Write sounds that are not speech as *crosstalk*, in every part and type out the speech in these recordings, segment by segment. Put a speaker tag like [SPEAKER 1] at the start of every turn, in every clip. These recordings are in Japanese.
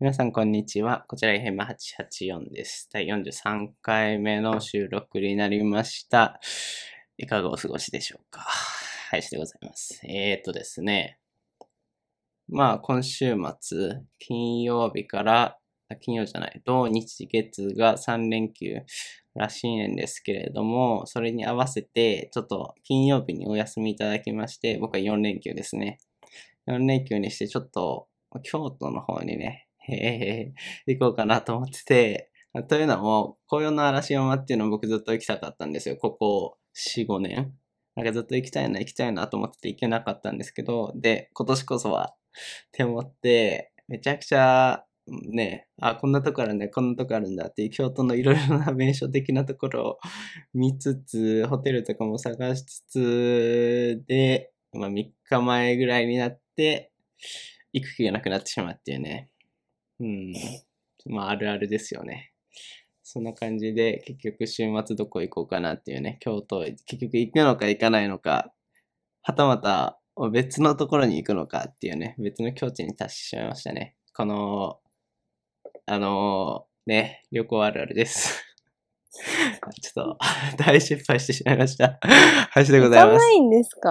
[SPEAKER 1] 皆さん、こんにちは。こちら、ヘマ884です。第43回目の収録になりました。いかがお過ごしでしょうか。林でございます。えー、っとですね。まあ、今週末、金曜日から、あ金曜じゃない、土日月が3連休らしいんですけれども、それに合わせて、ちょっと金曜日にお休みいただきまして、僕は4連休ですね。4連休にして、ちょっと、京都の方にね、えー行こうかなと思ってて、というのも、紅葉の嵐山っていうのを僕ずっと行きたかったんですよ。ここ4、5年。なんかずっと行きたいな、行きたいなと思ってて行けなかったんですけど、で、今年こそは、って思って、めちゃくちゃ、ね、あ、こんなとこあるんだ、こんなとこあるんだっていう京都のいろいろな名所的なところを見つつ、ホテルとかも探しつつ、で、まあ3日前ぐらいになって、行く気がなくなってしまうっていうね。うん。まあ、あるあるですよね。そんな感じで、結局週末どこ行こうかなっていうね、京都へ、結局行くのか行かないのか、はたまた別のところに行くのかっていうね、別の境地に達してしまいましたね。この、あのね、旅行あるあるです。 *laughs* ちょっと、大失敗してしまいました。 *laughs* 林でご
[SPEAKER 2] 行
[SPEAKER 1] ざい
[SPEAKER 2] か
[SPEAKER 1] ま
[SPEAKER 2] な
[SPEAKER 1] す。
[SPEAKER 2] いんですか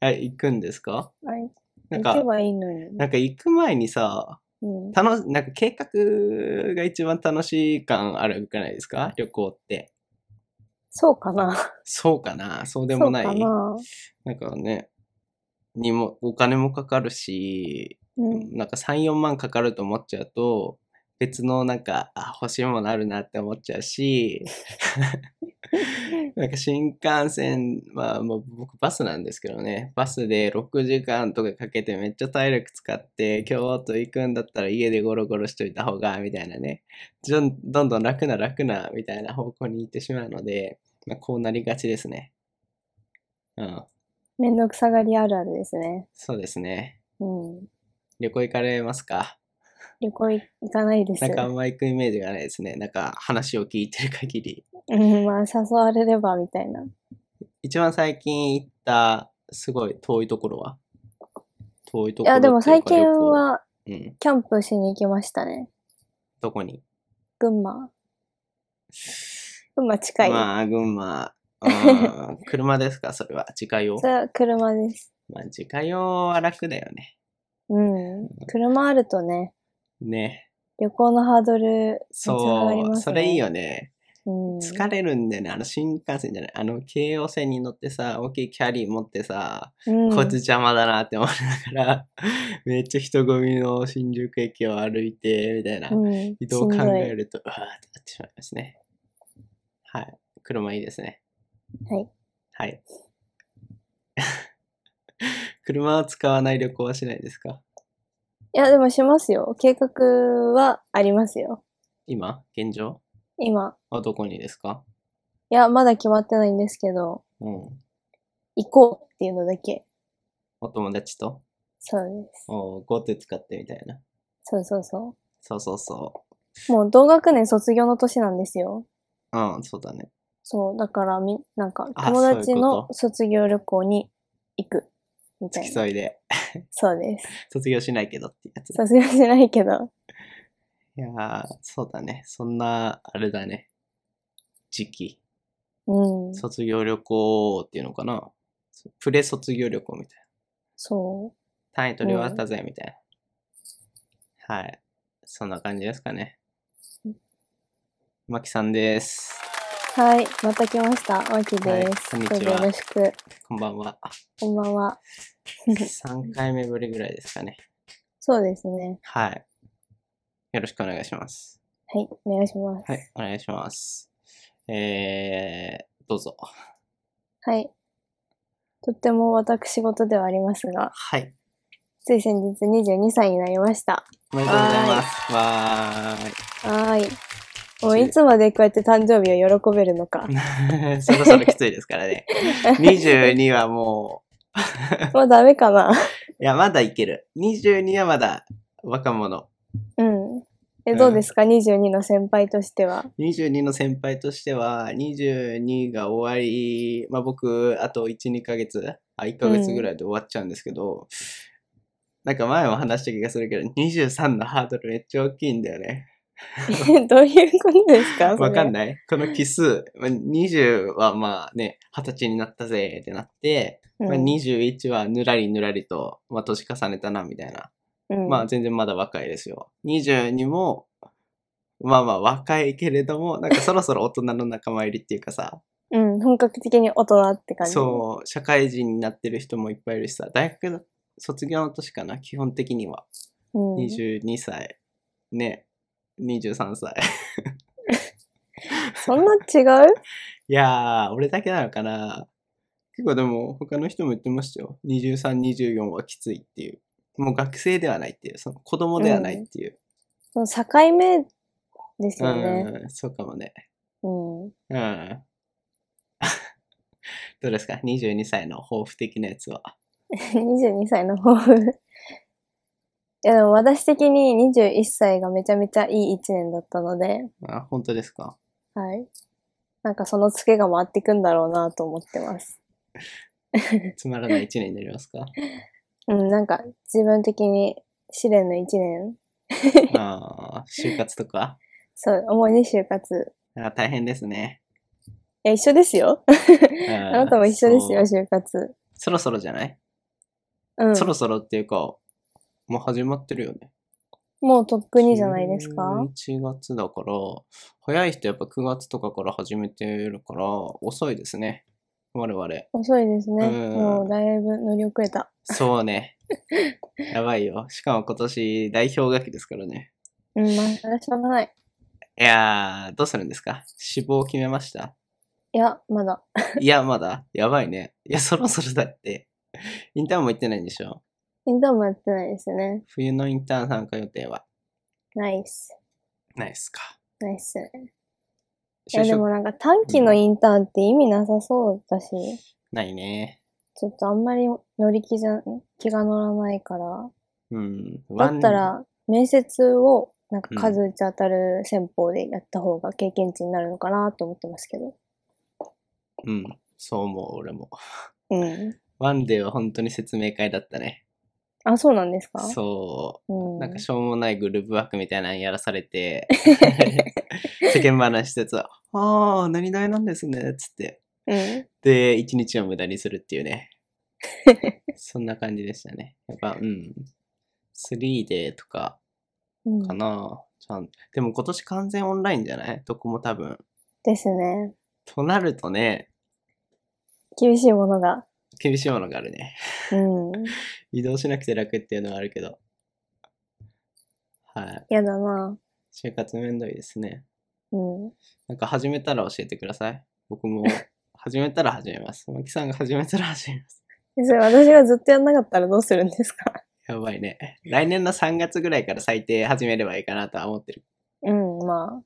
[SPEAKER 1] はい、行くんですか
[SPEAKER 2] はい
[SPEAKER 1] なん
[SPEAKER 2] 行け
[SPEAKER 1] か、
[SPEAKER 2] ばいいのに。
[SPEAKER 1] なんか行く前にさ、
[SPEAKER 2] うん、
[SPEAKER 1] 楽し、なんか計画が一番楽しい感あるくないですか旅行って。
[SPEAKER 2] そうかな。
[SPEAKER 1] そうかなそうでもない
[SPEAKER 2] そうかな。
[SPEAKER 1] なんかね、にも、お金もかかるし、
[SPEAKER 2] うん。
[SPEAKER 1] なんか3、4万かかると思っちゃうと、別のなんか、あ、欲しいものあるなって思っちゃうし、なんか新幹線、まあもう僕バスなんですけどね、バスで6時間とかかけてめっちゃ体力使って、京都行くんだったら家でゴロゴロしといた方が、みたいなね、どんどんどん楽な楽な、みたいな方向に行ってしまうので、まあこうなりがちですね。うん、
[SPEAKER 2] めんどくさがりあるあるですね。
[SPEAKER 1] そうですね。
[SPEAKER 2] うん。
[SPEAKER 1] 旅行行かれますか
[SPEAKER 2] 旅行行かないです
[SPEAKER 1] なんかあ
[SPEAKER 2] よ。
[SPEAKER 1] んま行くイメージがないですね。なんか話を聞いてる限り。
[SPEAKER 2] うん、まあ、誘われればみたいな。
[SPEAKER 1] 一番最近行ったすごい遠いところは遠いと
[SPEAKER 2] い
[SPEAKER 1] ころ
[SPEAKER 2] や、でも
[SPEAKER 1] っていう
[SPEAKER 2] 最
[SPEAKER 1] か
[SPEAKER 2] 近、
[SPEAKER 1] 旅行
[SPEAKER 2] は
[SPEAKER 1] うん、
[SPEAKER 2] キャンプしに行きましたね。
[SPEAKER 1] どこに
[SPEAKER 2] 群馬。群馬近い。
[SPEAKER 1] まあ、群馬。
[SPEAKER 2] *laughs*
[SPEAKER 1] うん車ですかそれは。自家用
[SPEAKER 2] そ。れは車です。
[SPEAKER 1] まあ、自家用は楽だよね。
[SPEAKER 2] うん。車あるとね、
[SPEAKER 1] ね。
[SPEAKER 2] 旅行のハードルめっちゃ上がり
[SPEAKER 1] そ
[SPEAKER 2] ま
[SPEAKER 1] う、
[SPEAKER 2] すね。
[SPEAKER 1] それいいよね。
[SPEAKER 2] うん。
[SPEAKER 1] 疲れるんだよね。あの新幹線じゃない。あの京王線に乗ってさ、大きいキャリー持ってさ、
[SPEAKER 2] うん、
[SPEAKER 1] こいつ邪魔だなって思いながら、 *laughs* めっちゃ人混みの新宿駅を歩いて、みたいな
[SPEAKER 2] うん、
[SPEAKER 1] 移動を
[SPEAKER 2] しん
[SPEAKER 1] 考
[SPEAKER 2] どい
[SPEAKER 1] えると、うわーってなってしまいますね。はい。車いいですね。
[SPEAKER 2] はい。
[SPEAKER 1] はい。 *laughs* 車を使わない旅行はしないですか
[SPEAKER 2] いや、でもしますよ。計画はありますよ。
[SPEAKER 1] 今現状
[SPEAKER 2] 今。
[SPEAKER 1] はどこにですか
[SPEAKER 2] いや、まだ決まってないんですけど、
[SPEAKER 1] うん。
[SPEAKER 2] 行こうっていうのだけ。
[SPEAKER 1] お友達と
[SPEAKER 2] そうです。
[SPEAKER 1] おー ?GoTo 使ってみたいな。
[SPEAKER 2] そうそうそ。
[SPEAKER 1] そうそうそう
[SPEAKER 2] もう同学年卒業の年なんですよ。
[SPEAKER 1] う。うん、そうだね。
[SPEAKER 2] そう。だからみ、なんか、
[SPEAKER 1] あ
[SPEAKER 2] 友
[SPEAKER 1] そ
[SPEAKER 2] 達
[SPEAKER 1] ういうこ
[SPEAKER 2] の
[SPEAKER 1] と
[SPEAKER 2] 卒業旅行に行く。みた
[SPEAKER 1] 付き
[SPEAKER 2] いな。
[SPEAKER 1] 添いで。
[SPEAKER 2] そうです。卒
[SPEAKER 1] 卒業しないけどってやつ。い
[SPEAKER 2] 卒業しないけど。
[SPEAKER 1] やー、そうだね。そんな、あれだね。時期。
[SPEAKER 2] うん。そ
[SPEAKER 1] 卒業旅行っていうのかなプレ卒業旅行みたいな。
[SPEAKER 2] う。
[SPEAKER 1] 単位取り終わったぜ、みたいな。はい。そんな感じですかね
[SPEAKER 2] う。
[SPEAKER 1] まきさんです。
[SPEAKER 2] はい。また来ました。わきです。
[SPEAKER 1] はいこんにち
[SPEAKER 2] ど
[SPEAKER 1] は
[SPEAKER 2] うぞよろしく。
[SPEAKER 1] こんばん
[SPEAKER 2] *laughs*
[SPEAKER 1] は。
[SPEAKER 2] こんばんは。
[SPEAKER 1] 3回目ぶりぐらいですかね。
[SPEAKER 2] そうですね。
[SPEAKER 1] はい。よろしくお願いします。
[SPEAKER 2] はい。お願いします。
[SPEAKER 1] はい。お願いします。えー、どうぞ。
[SPEAKER 2] はい。とっても私事ではありますが、
[SPEAKER 1] はい。
[SPEAKER 2] つい先日22歳になりました。
[SPEAKER 1] おめでとうございます。わ
[SPEAKER 2] はーい。もういつまでこうやって誕生日を喜べるの *laughs* か。
[SPEAKER 1] ーい。そろそろきついですから
[SPEAKER 2] *laughs*
[SPEAKER 1] ね。22はも
[SPEAKER 2] もうダメかな。
[SPEAKER 1] う、いや、まだいける。22はまだ若者。
[SPEAKER 2] うん。え、どうですか ?22 の先輩としては。 *laughs*
[SPEAKER 1] 22の先輩としては、22が終わり、まあ僕、あと1、2ヶ月、あ、1ヶ月ぐらいで終わっちゃうんですけど、なんか前も話した気がするけど、23のハードルめっちゃ大きいんだよね。
[SPEAKER 2] えどういうことですか
[SPEAKER 1] わかん
[SPEAKER 2] ない。
[SPEAKER 1] ないこの奇数。まあ20はまあね、20歳になったぜってなって、
[SPEAKER 2] うん
[SPEAKER 1] まあ、21はぬらりぬらりと、まあ年重ねたなみたいな。
[SPEAKER 2] うん
[SPEAKER 1] まあ全然まだ若いですよ。22も、まあまあ若いけれども、なんかそろそろ大人の仲間入りっていうか
[SPEAKER 2] *laughs*
[SPEAKER 1] さ、
[SPEAKER 2] うん、本格的に大人って感じ。
[SPEAKER 1] そう、社会人になってる人もいっぱいいるしさ、大学の卒業の年かな、基本的には。
[SPEAKER 2] う。ん、
[SPEAKER 1] 22歳、ね、23歳。 *laughs*
[SPEAKER 2] そんな違う
[SPEAKER 1] いやー、俺だけなのかな。結構でも、他の人も言ってましたよ。23、24はきついっていう。もう学生ではないっていう、その子供ではないっていう。
[SPEAKER 2] その境目です
[SPEAKER 1] う
[SPEAKER 2] よね。
[SPEAKER 1] ん、そうかもね。
[SPEAKER 2] うん。
[SPEAKER 1] うん。 *laughs* どうですか ?22 歳の抱負的なやつは。
[SPEAKER 2] *laughs* 22歳の抱負。いやでも私的に21歳がめちゃめちゃいい1年だったので、
[SPEAKER 1] あ、本当ですか
[SPEAKER 2] はい。なんかそのツケが回ってくんだろうなと思ってます。
[SPEAKER 1] つまらない一年になります
[SPEAKER 2] *laughs*
[SPEAKER 1] か
[SPEAKER 2] うん、なんか自分的に試練の1年、
[SPEAKER 1] ああ、就活とか
[SPEAKER 2] そう、主に就活。
[SPEAKER 1] あ大変ですね。
[SPEAKER 2] いや、一緒ですよ。
[SPEAKER 1] うん
[SPEAKER 2] あなたも一緒ですよ、
[SPEAKER 1] そう
[SPEAKER 2] 就活。
[SPEAKER 1] そろそろじゃない、
[SPEAKER 2] うん
[SPEAKER 1] そ。ろそろっていうか、もう始まってるよね。
[SPEAKER 2] もうとっくにじゃないですか
[SPEAKER 1] ?1 月だから、早い人やっぱ9月とかから始めてるから、遅いですね。我々。
[SPEAKER 2] 遅いですね。
[SPEAKER 1] うん
[SPEAKER 2] もうだいぶ乗り遅れた。
[SPEAKER 1] そう
[SPEAKER 2] *laughs*
[SPEAKER 1] ね。やばいよ。しかも今年代表ガキですからね。
[SPEAKER 2] うん、まあ、それはしょうがない。
[SPEAKER 1] いやー、どうするんですか志望決めました
[SPEAKER 2] いや、まだ。
[SPEAKER 1] いや、まだ。やばいね。いや、そろそろだって。インターンも行ってないんでしょ
[SPEAKER 2] インターンもやってないですね。
[SPEAKER 1] 冬のインターン参加予定は
[SPEAKER 2] ナイス。
[SPEAKER 1] ないですか
[SPEAKER 2] ナイスね。い
[SPEAKER 1] 就
[SPEAKER 2] や、でも
[SPEAKER 1] 職
[SPEAKER 2] なんか短期のインターンって意味なさそうだし、
[SPEAKER 1] ないね。
[SPEAKER 2] ちょっとあんまり乗り気じゃ、気が乗らないから。
[SPEAKER 1] うん。
[SPEAKER 2] だった
[SPEAKER 1] ワン、
[SPEAKER 2] ら、面接を、なんか
[SPEAKER 1] うん
[SPEAKER 2] 数打ち当たる戦法でやった方が経験値になるのかなと思ってますけど。
[SPEAKER 1] うん。そう思う、俺も。
[SPEAKER 2] うん。
[SPEAKER 1] ワンデーは本当に説明会だったね。
[SPEAKER 2] あ、そうなんですか
[SPEAKER 1] そうう。
[SPEAKER 2] ん。
[SPEAKER 1] なんかしょうもないグループワークみたいなのやらされ
[SPEAKER 2] *laughs*
[SPEAKER 1] て、世間話してつは、あー、何々なんですね、つって。
[SPEAKER 2] うん。
[SPEAKER 1] で、一日を無駄にするっていうね。そんな感じでしたね。やっぱ、うん。3デーとか
[SPEAKER 2] うん
[SPEAKER 1] かな。ちゃんでも今年完全オンラインじゃないどこも多分。
[SPEAKER 2] ですね。
[SPEAKER 1] となるとね、
[SPEAKER 2] 厳しいものが。
[SPEAKER 1] 厳しいものがあるね。
[SPEAKER 2] うん。
[SPEAKER 1] 移動しなくて楽っていうのはあるけど。はい。
[SPEAKER 2] 嫌だな。
[SPEAKER 1] 就活めんどいですね。
[SPEAKER 2] うん。
[SPEAKER 1] なんか始めたら教えてください。僕も始めたら始めます。マキさんが始めたら始めます。
[SPEAKER 2] それ私がずっとやんなかったらどうするんですか
[SPEAKER 1] やばいね。来年の3月ぐらいから最低始めればいいかなとは思ってる。
[SPEAKER 2] うん、
[SPEAKER 1] う
[SPEAKER 2] ま
[SPEAKER 1] ん。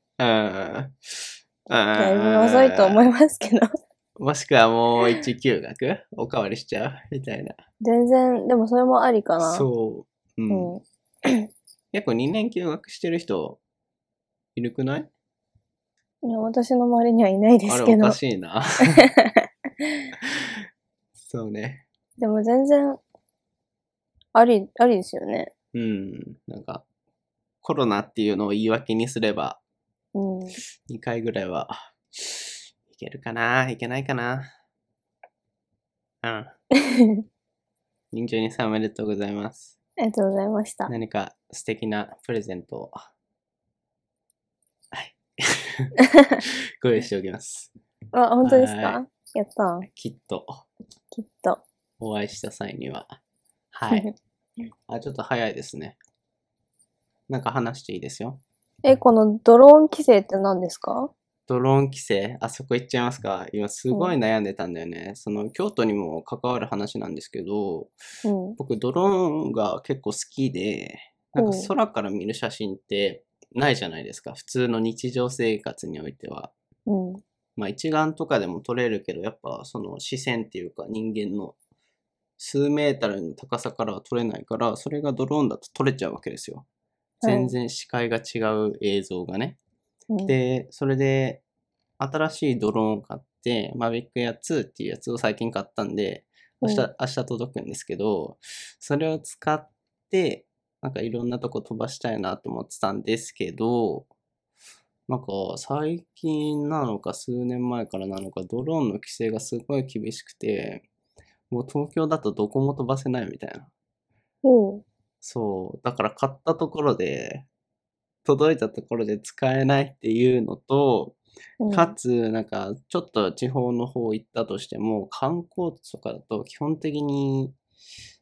[SPEAKER 1] だ
[SPEAKER 2] あ、だいぶ遅いと思
[SPEAKER 1] い
[SPEAKER 2] いますけど。
[SPEAKER 1] もしくはもう一休学おかわりしちゃうみたいな。
[SPEAKER 2] 全然、でもそれもありかな。
[SPEAKER 1] そう。う。
[SPEAKER 2] うんん。
[SPEAKER 1] 結構2年休学してる人、いるくない
[SPEAKER 2] いや、私の周りにはいないで
[SPEAKER 1] あ
[SPEAKER 2] す
[SPEAKER 1] れ
[SPEAKER 2] け
[SPEAKER 1] お
[SPEAKER 2] ど
[SPEAKER 1] か。しい
[SPEAKER 2] *laughs*
[SPEAKER 1] な。そうね。
[SPEAKER 2] でも全然、あり、ありですよね。
[SPEAKER 1] うん。なんか、コロナっていうのを言い訳にすれば、
[SPEAKER 2] うん。 *laughs*
[SPEAKER 1] 2回ぐらいは、いけるかないけないかなうん。22歳おめでとうございます。
[SPEAKER 2] ありがとうございました。
[SPEAKER 1] 何か素敵なプレゼントを、
[SPEAKER 2] *laughs*
[SPEAKER 1] はい。ご用意しておきます。
[SPEAKER 2] あ、本当です
[SPEAKER 1] は
[SPEAKER 2] かやったー
[SPEAKER 1] きっと、
[SPEAKER 2] きっと。
[SPEAKER 1] お会いした際には。はい。あ、ちょっと早いですね。なんか話していいですよ。
[SPEAKER 2] *laughs* え、このドローン規制って何ですか
[SPEAKER 1] ドローン規制、あそこ行っちゃいますか。今すごい悩んでたんだよね。その京都にも関わる話なんですけど、
[SPEAKER 2] うん。
[SPEAKER 1] 僕ドローンが結構好きで、なんか
[SPEAKER 2] うん
[SPEAKER 1] 空から見る写真ってないじゃないですか。普通の日常生活においては。
[SPEAKER 2] うん。
[SPEAKER 1] まあ、一眼とかでも撮れるけど、やっぱその視線っていうか人間の数メートルの高さからは撮れないから、それがドローンだと撮れちゃうわけですよ。
[SPEAKER 2] はい
[SPEAKER 1] 全然視界が違う映像がね。
[SPEAKER 2] うん、
[SPEAKER 1] で、それで新しいドローンを買って、マビックや2っていうやつを最近買ったんで、明日、
[SPEAKER 2] うん
[SPEAKER 1] 明日届くんですけど、それを使っって、なんかいろんなとこ飛ばしたいなと思ってたんですけど、なんか最近なのか数年前からなのかドローンの規制がすごい厳しくて、もう東京だとどこも飛ばせないみたいな。
[SPEAKER 2] おう。
[SPEAKER 1] そう。だから買ったところで、届いたところで使えないっていうのと、
[SPEAKER 2] うん
[SPEAKER 1] かつ、なんか、ちょっと地方の方行ったとしても、観光地とかだと基本的に、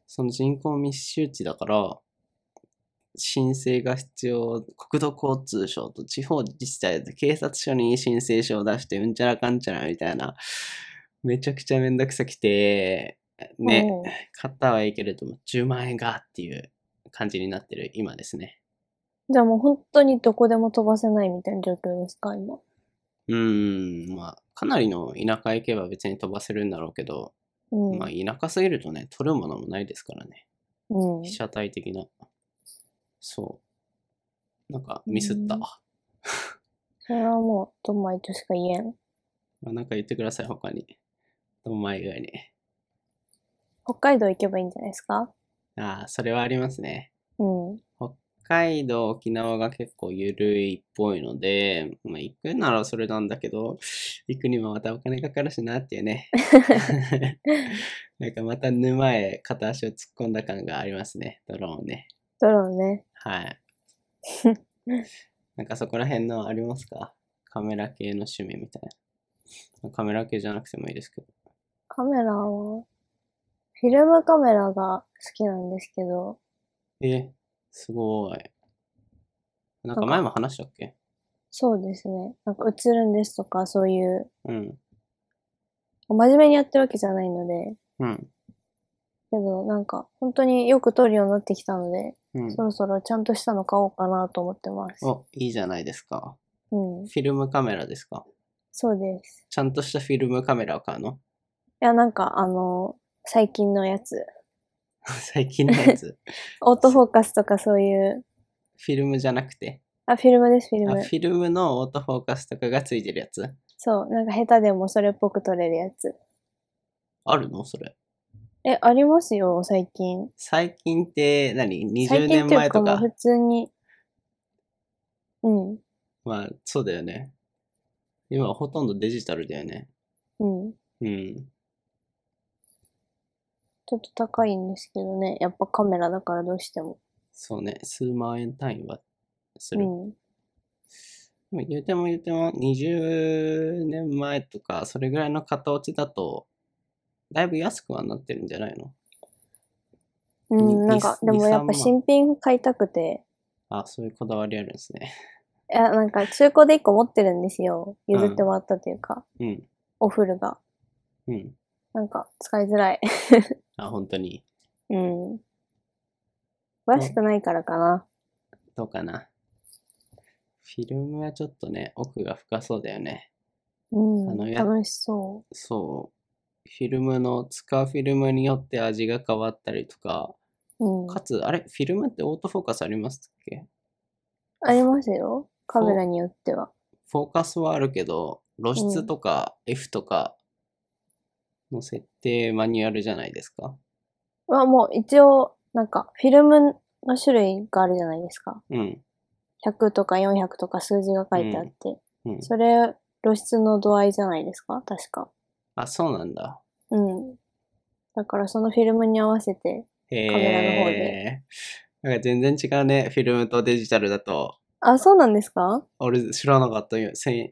[SPEAKER 1] その人口密集地だから、申請が必要、国土交通省と地方自治体で警察署に申請書を出して、うんちゃらかんちゃらみたいな、めちゃくちゃめんどくさくて、ね、
[SPEAKER 2] おう
[SPEAKER 1] 買ったはいいけれども、10万円がっていう感じになってる今ですね。
[SPEAKER 2] じゃあもう本当にどこでも飛ばせないみたいな状況ですか、今。
[SPEAKER 1] うーん、まあ、かなりの田舎行けば別に飛ばせるんだろうけど、
[SPEAKER 2] うん。
[SPEAKER 1] まあ、田舎すぎるとね、取るものもないですからね。
[SPEAKER 2] うん
[SPEAKER 1] 被。写体的な。そう。なんか、ミスった。
[SPEAKER 2] うん
[SPEAKER 1] ま
[SPEAKER 2] それはもう、ドンマイとしか言えん。
[SPEAKER 1] あなんか言ってください、他に。ドンマイ以外に。
[SPEAKER 2] 北海道行けばいいんじゃないですか
[SPEAKER 1] ああ、それはありますね。
[SPEAKER 2] うん。
[SPEAKER 1] 北海道、沖縄が結構緩いっぽいので、まあ、行くならそれなんだけど、行くにもまたお金かかるしなっていう
[SPEAKER 2] *laughs*
[SPEAKER 1] ね。なんかまた沼へ片足を突っ込んだ感がありますね、ドローンね。
[SPEAKER 2] ドローンね。 *laughs*
[SPEAKER 1] はい。なんかそこら辺のありますかカメラ系の趣味みたいな。カメラ系じゃなくてもいいですけど。
[SPEAKER 2] カメラは、フィルムカメラが好きなんですけど、
[SPEAKER 1] え、すごい。なんか前も話したっけ
[SPEAKER 2] そうですね。なんか映るんですとか、そういう、
[SPEAKER 1] うん。
[SPEAKER 2] 真面目にやってるわけじゃないので、
[SPEAKER 1] うん。
[SPEAKER 2] けどなんか本当によく撮るようになってきたので、
[SPEAKER 1] うん
[SPEAKER 2] そ。ろそろちゃんとしたの買おうかなと思ってます。
[SPEAKER 1] お、いいじゃないですか。
[SPEAKER 2] うん。
[SPEAKER 1] フィルムカメラですか
[SPEAKER 2] そうです。
[SPEAKER 1] ちゃんとしたフィルムカメラを買うの *laughs*
[SPEAKER 2] いや、なんかあの、最近のやつ。
[SPEAKER 1] 最近のや
[SPEAKER 2] *laughs*
[SPEAKER 1] つ。
[SPEAKER 2] オートフォーカスとかそういう、
[SPEAKER 1] フィルムじゃなくて。
[SPEAKER 2] あ、フィルムです、フィル
[SPEAKER 1] あ、
[SPEAKER 2] ム
[SPEAKER 1] フ。ィルムのオートフォーカスとかがついてるやつ
[SPEAKER 2] そう、なんか下手でもそれっぽく撮れるやつ。
[SPEAKER 1] あるのそれ。
[SPEAKER 2] え、ありますよ、最近。
[SPEAKER 1] 最近って何、
[SPEAKER 2] 最
[SPEAKER 1] ?20
[SPEAKER 2] 近
[SPEAKER 1] 年
[SPEAKER 2] ってい
[SPEAKER 1] 前
[SPEAKER 2] うか
[SPEAKER 1] と
[SPEAKER 2] もう
[SPEAKER 1] か。
[SPEAKER 2] 普通に。うん、
[SPEAKER 1] まあ、そうだよね。今ほとんどデジタルだよね。
[SPEAKER 2] うん。
[SPEAKER 1] うん。
[SPEAKER 2] ちょっと高いんですけどね。やっぱカメラだからどうしても。
[SPEAKER 1] そうね。数万円単位はす
[SPEAKER 2] う
[SPEAKER 1] る。
[SPEAKER 2] ん。
[SPEAKER 1] でも言うても言うても、20年前とか、それぐらいの型落ちだと、だいぶ安くはなってるんじゃないの
[SPEAKER 2] う
[SPEAKER 1] に
[SPEAKER 2] ん、なんか、
[SPEAKER 1] に
[SPEAKER 2] でもやっ
[SPEAKER 1] に
[SPEAKER 2] ぱ
[SPEAKER 1] さん
[SPEAKER 2] 新品買いたくて、
[SPEAKER 1] あ、そういうこだわりあるんですね。
[SPEAKER 2] いや、なんか中古で一個持ってるんですよ。譲ってもらったというか、
[SPEAKER 1] うん。
[SPEAKER 2] おフルが。
[SPEAKER 1] うん。
[SPEAKER 2] なんか、使いづらい。 *laughs*
[SPEAKER 1] あ、本当に。
[SPEAKER 2] うん。詳しくないからかな。
[SPEAKER 1] どうかな。フィルムはちょっとね、奥が深そうだよね。
[SPEAKER 2] う
[SPEAKER 1] あの
[SPEAKER 2] ん。
[SPEAKER 1] や
[SPEAKER 2] 楽しそ
[SPEAKER 1] そう。フィルムの、使うフィルムによって味が変わったりとか、
[SPEAKER 2] う。うん。
[SPEAKER 1] かつ、あれ、フィルムってオートフォーカスありますっけ
[SPEAKER 2] ありますよ。カメラによっては。
[SPEAKER 1] フォーカスはあるけど、露出とか F とかの設定マニュアルじゃないですか。
[SPEAKER 2] はもう一応、なんか、フィルムの種類があるじゃないですか。
[SPEAKER 1] うん。
[SPEAKER 2] 100とか400とか数字が書いてあって。
[SPEAKER 1] うん、
[SPEAKER 2] それ、露出の度合いじゃないですか確か。
[SPEAKER 1] あ、そうなんだ。
[SPEAKER 2] うん。だからそのフィルムに合わせて、
[SPEAKER 1] へ
[SPEAKER 2] カメラの方で
[SPEAKER 1] え。なんか全然違うね。フィルムとデジタルだと。
[SPEAKER 2] あ、そうなんですか
[SPEAKER 1] 俺知らなかったよ。1100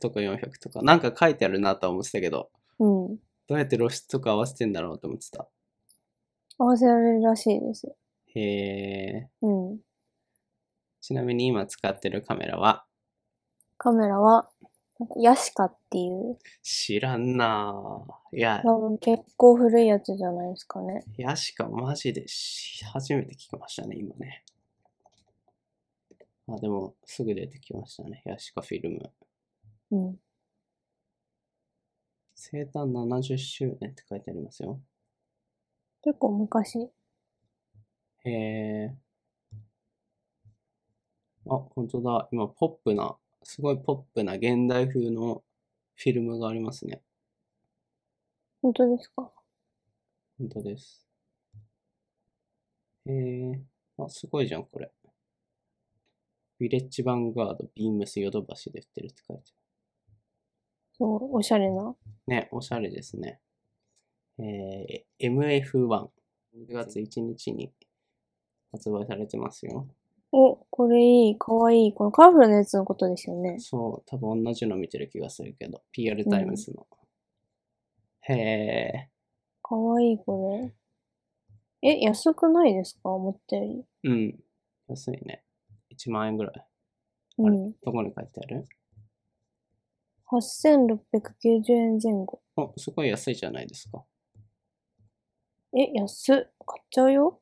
[SPEAKER 1] とか400とか。なんか書いてあるなとは思ってたけど、
[SPEAKER 2] うん。
[SPEAKER 1] どうやって露出とか合わせてんだろうと思ってた。
[SPEAKER 2] 合わせられるらしいです。
[SPEAKER 1] へえ。
[SPEAKER 2] うん。
[SPEAKER 1] ちなみに今使ってるカメラは
[SPEAKER 2] カメラは、なんかヤシカっていう、
[SPEAKER 1] 知らんなぁ。いや、
[SPEAKER 2] 多分結構古いやつじゃないですかね。
[SPEAKER 1] ヤシカマジでし初めて聞きましたね、今ね。あ、でもすぐ出てきましたね。ヤシカフィルム。
[SPEAKER 2] うん。
[SPEAKER 1] 生誕70周年って書いてありますよ。
[SPEAKER 2] 結構昔。
[SPEAKER 1] へえ。あ、本当だ。今、ポップな、すごいポップな現代風のフィルムがありますね。
[SPEAKER 2] 本当ですか
[SPEAKER 1] 本当です。へえ。あ、すごいじゃん、これ。ヴィレッジヴァンガード、ビームス、ヨドバシで売ってるって書いてある。
[SPEAKER 2] そう、おしゃれな。
[SPEAKER 1] ね、おしゃれですね。えー、MF1。9月1日に発売されてますよ。
[SPEAKER 2] お、これいい、かわいい。このカラフルなやつのことですよね。
[SPEAKER 1] そう、多分同じの見てる気がするけど、PR タイムズの。へ
[SPEAKER 2] かわいい、これ。え、安くないですか思ったより。
[SPEAKER 1] え、うん。安いね。1万円ぐらい。
[SPEAKER 2] う
[SPEAKER 1] あれ
[SPEAKER 2] ん。
[SPEAKER 1] どこに書いてある
[SPEAKER 2] 8690円前後。
[SPEAKER 1] お、すごい安いじゃないです
[SPEAKER 2] *laughs*
[SPEAKER 1] か。
[SPEAKER 2] え、安っ。買っちゃうよ。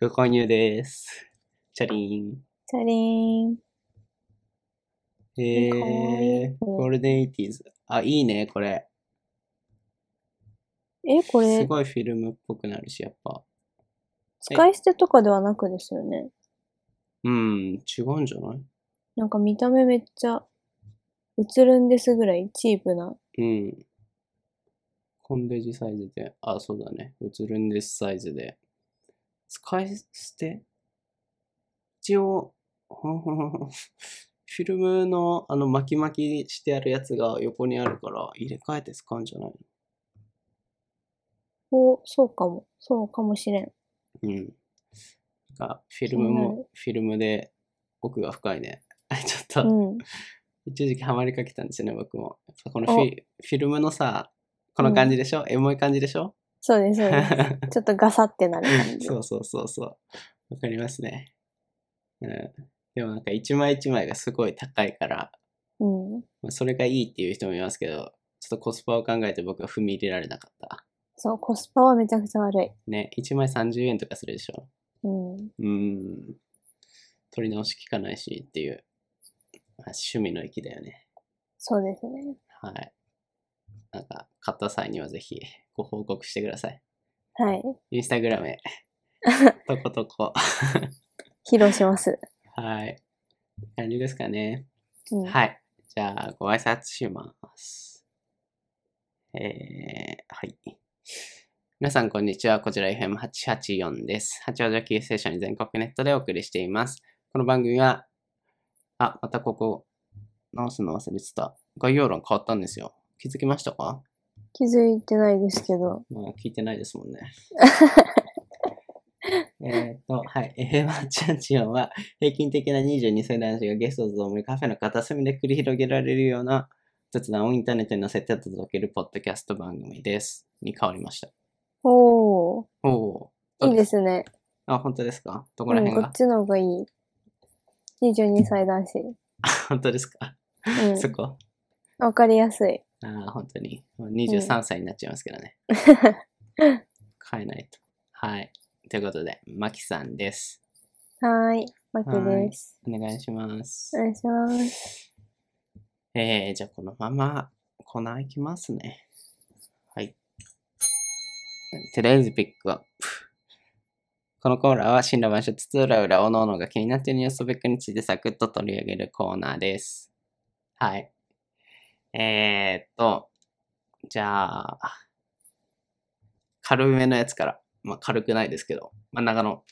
[SPEAKER 1] ご購入です。チャリーン。
[SPEAKER 2] チャリーン。
[SPEAKER 1] へえ
[SPEAKER 2] かわいい
[SPEAKER 1] ゴールデンエイティーズ。あ、いいね、これ。
[SPEAKER 2] え、こ
[SPEAKER 1] す
[SPEAKER 2] れ、
[SPEAKER 1] ごいフィルムっぽくなるし、やっぱ。
[SPEAKER 2] 使い捨てとかではなくですよね。
[SPEAKER 1] うん、違うんじゃない
[SPEAKER 2] なんか見た目めっちゃ、映るんですぐらいチープな。
[SPEAKER 1] うん。コンデジサイズで、あ、そうだね。映るんですサイズで。使い捨て一応、 *laughs* ほんほんほんフィルムのあの巻き巻きしてあるやつが横にあるから入れ替えて使うんじゃない
[SPEAKER 2] お、そうかも。そうかもしれん。
[SPEAKER 1] のうん。あフィルム
[SPEAKER 2] 気にな
[SPEAKER 1] も、フィルムで奥が深いね。 *laughs* ちょっと、
[SPEAKER 2] うん。
[SPEAKER 1] 一時期ハマりかけたんですよね、僕も。やっぱこのフィフィルムのさ、この感じでしょ、エモい感じでしょ
[SPEAKER 2] そうです、そう
[SPEAKER 1] *laughs*
[SPEAKER 2] です。ちょっとガサってなる *laughs* 感じ。
[SPEAKER 1] そうそうそうそう。わかりますね。うん。でもなんか一枚一枚がすごい高いから、
[SPEAKER 2] うん。
[SPEAKER 1] まあ、それがいいっていう人もいますけど、ちょっとコスパを考えて僕は踏み入れられなかった。
[SPEAKER 2] そう、コスパはめちゃくちゃ悪い。
[SPEAKER 1] ね、1枚30円とかするでしょ。
[SPEAKER 2] うん。
[SPEAKER 1] うーん。取り直し効かないしっていう、まあ、趣味の域だよね。
[SPEAKER 2] そうですね。
[SPEAKER 1] はい。なんか、買った際にはぜひご報告してください。
[SPEAKER 2] はい。
[SPEAKER 1] インスタグラムへ。とことこ。
[SPEAKER 2] 披露します。
[SPEAKER 1] はい。感じですかね。
[SPEAKER 2] うん。
[SPEAKER 1] はい。じゃあ、ご挨拶します。えー、はい。皆さん、こんにちは。こちら FM884 です。八王子をキーステーションに全国ネットでお送りしています。この番組は、あ、またここ、直すの忘れてた。概要欄変わったんですよ。気づきましたか
[SPEAKER 2] 気づいてないですけど。
[SPEAKER 1] まあ、聞いてないですもんね。
[SPEAKER 2] *laughs*
[SPEAKER 1] えーっと、はい。エヘマチャンチオンは、平均的な22歳男子がゲストと共にカフェの片隅で繰り広げられるような雑談をインターネットに載せて届けるポッドキャスト番組です。に変わりました。
[SPEAKER 2] おー。
[SPEAKER 1] おおー。。
[SPEAKER 2] いいですすね。
[SPEAKER 1] あ、本当ですかどこ
[SPEAKER 2] う
[SPEAKER 1] ら
[SPEAKER 2] ん、
[SPEAKER 1] 辺
[SPEAKER 2] こ
[SPEAKER 1] が、
[SPEAKER 2] っちの方がいい。22歳男子。
[SPEAKER 1] 本当ですか、そうこ
[SPEAKER 2] ん。わかりやすい。 *laughs*
[SPEAKER 1] ああ、本当に。もう23歳になっちゃいますけどね。変えないと。はい。ということで、マキさんです。
[SPEAKER 2] はーい。マキです。
[SPEAKER 1] お願いします
[SPEAKER 2] お。願いします。
[SPEAKER 1] えー、じゃあこのままコーナーいきますね。はい。Today's Pick Up。このコーナーは、新羅万象つつ裏裏、おのおのが気になっているニューストピックについてサクッと取り上げるコーナーです。はい。えー、っと、じゃあ、軽めのやつから、まあ軽くないですけど、真ん中の、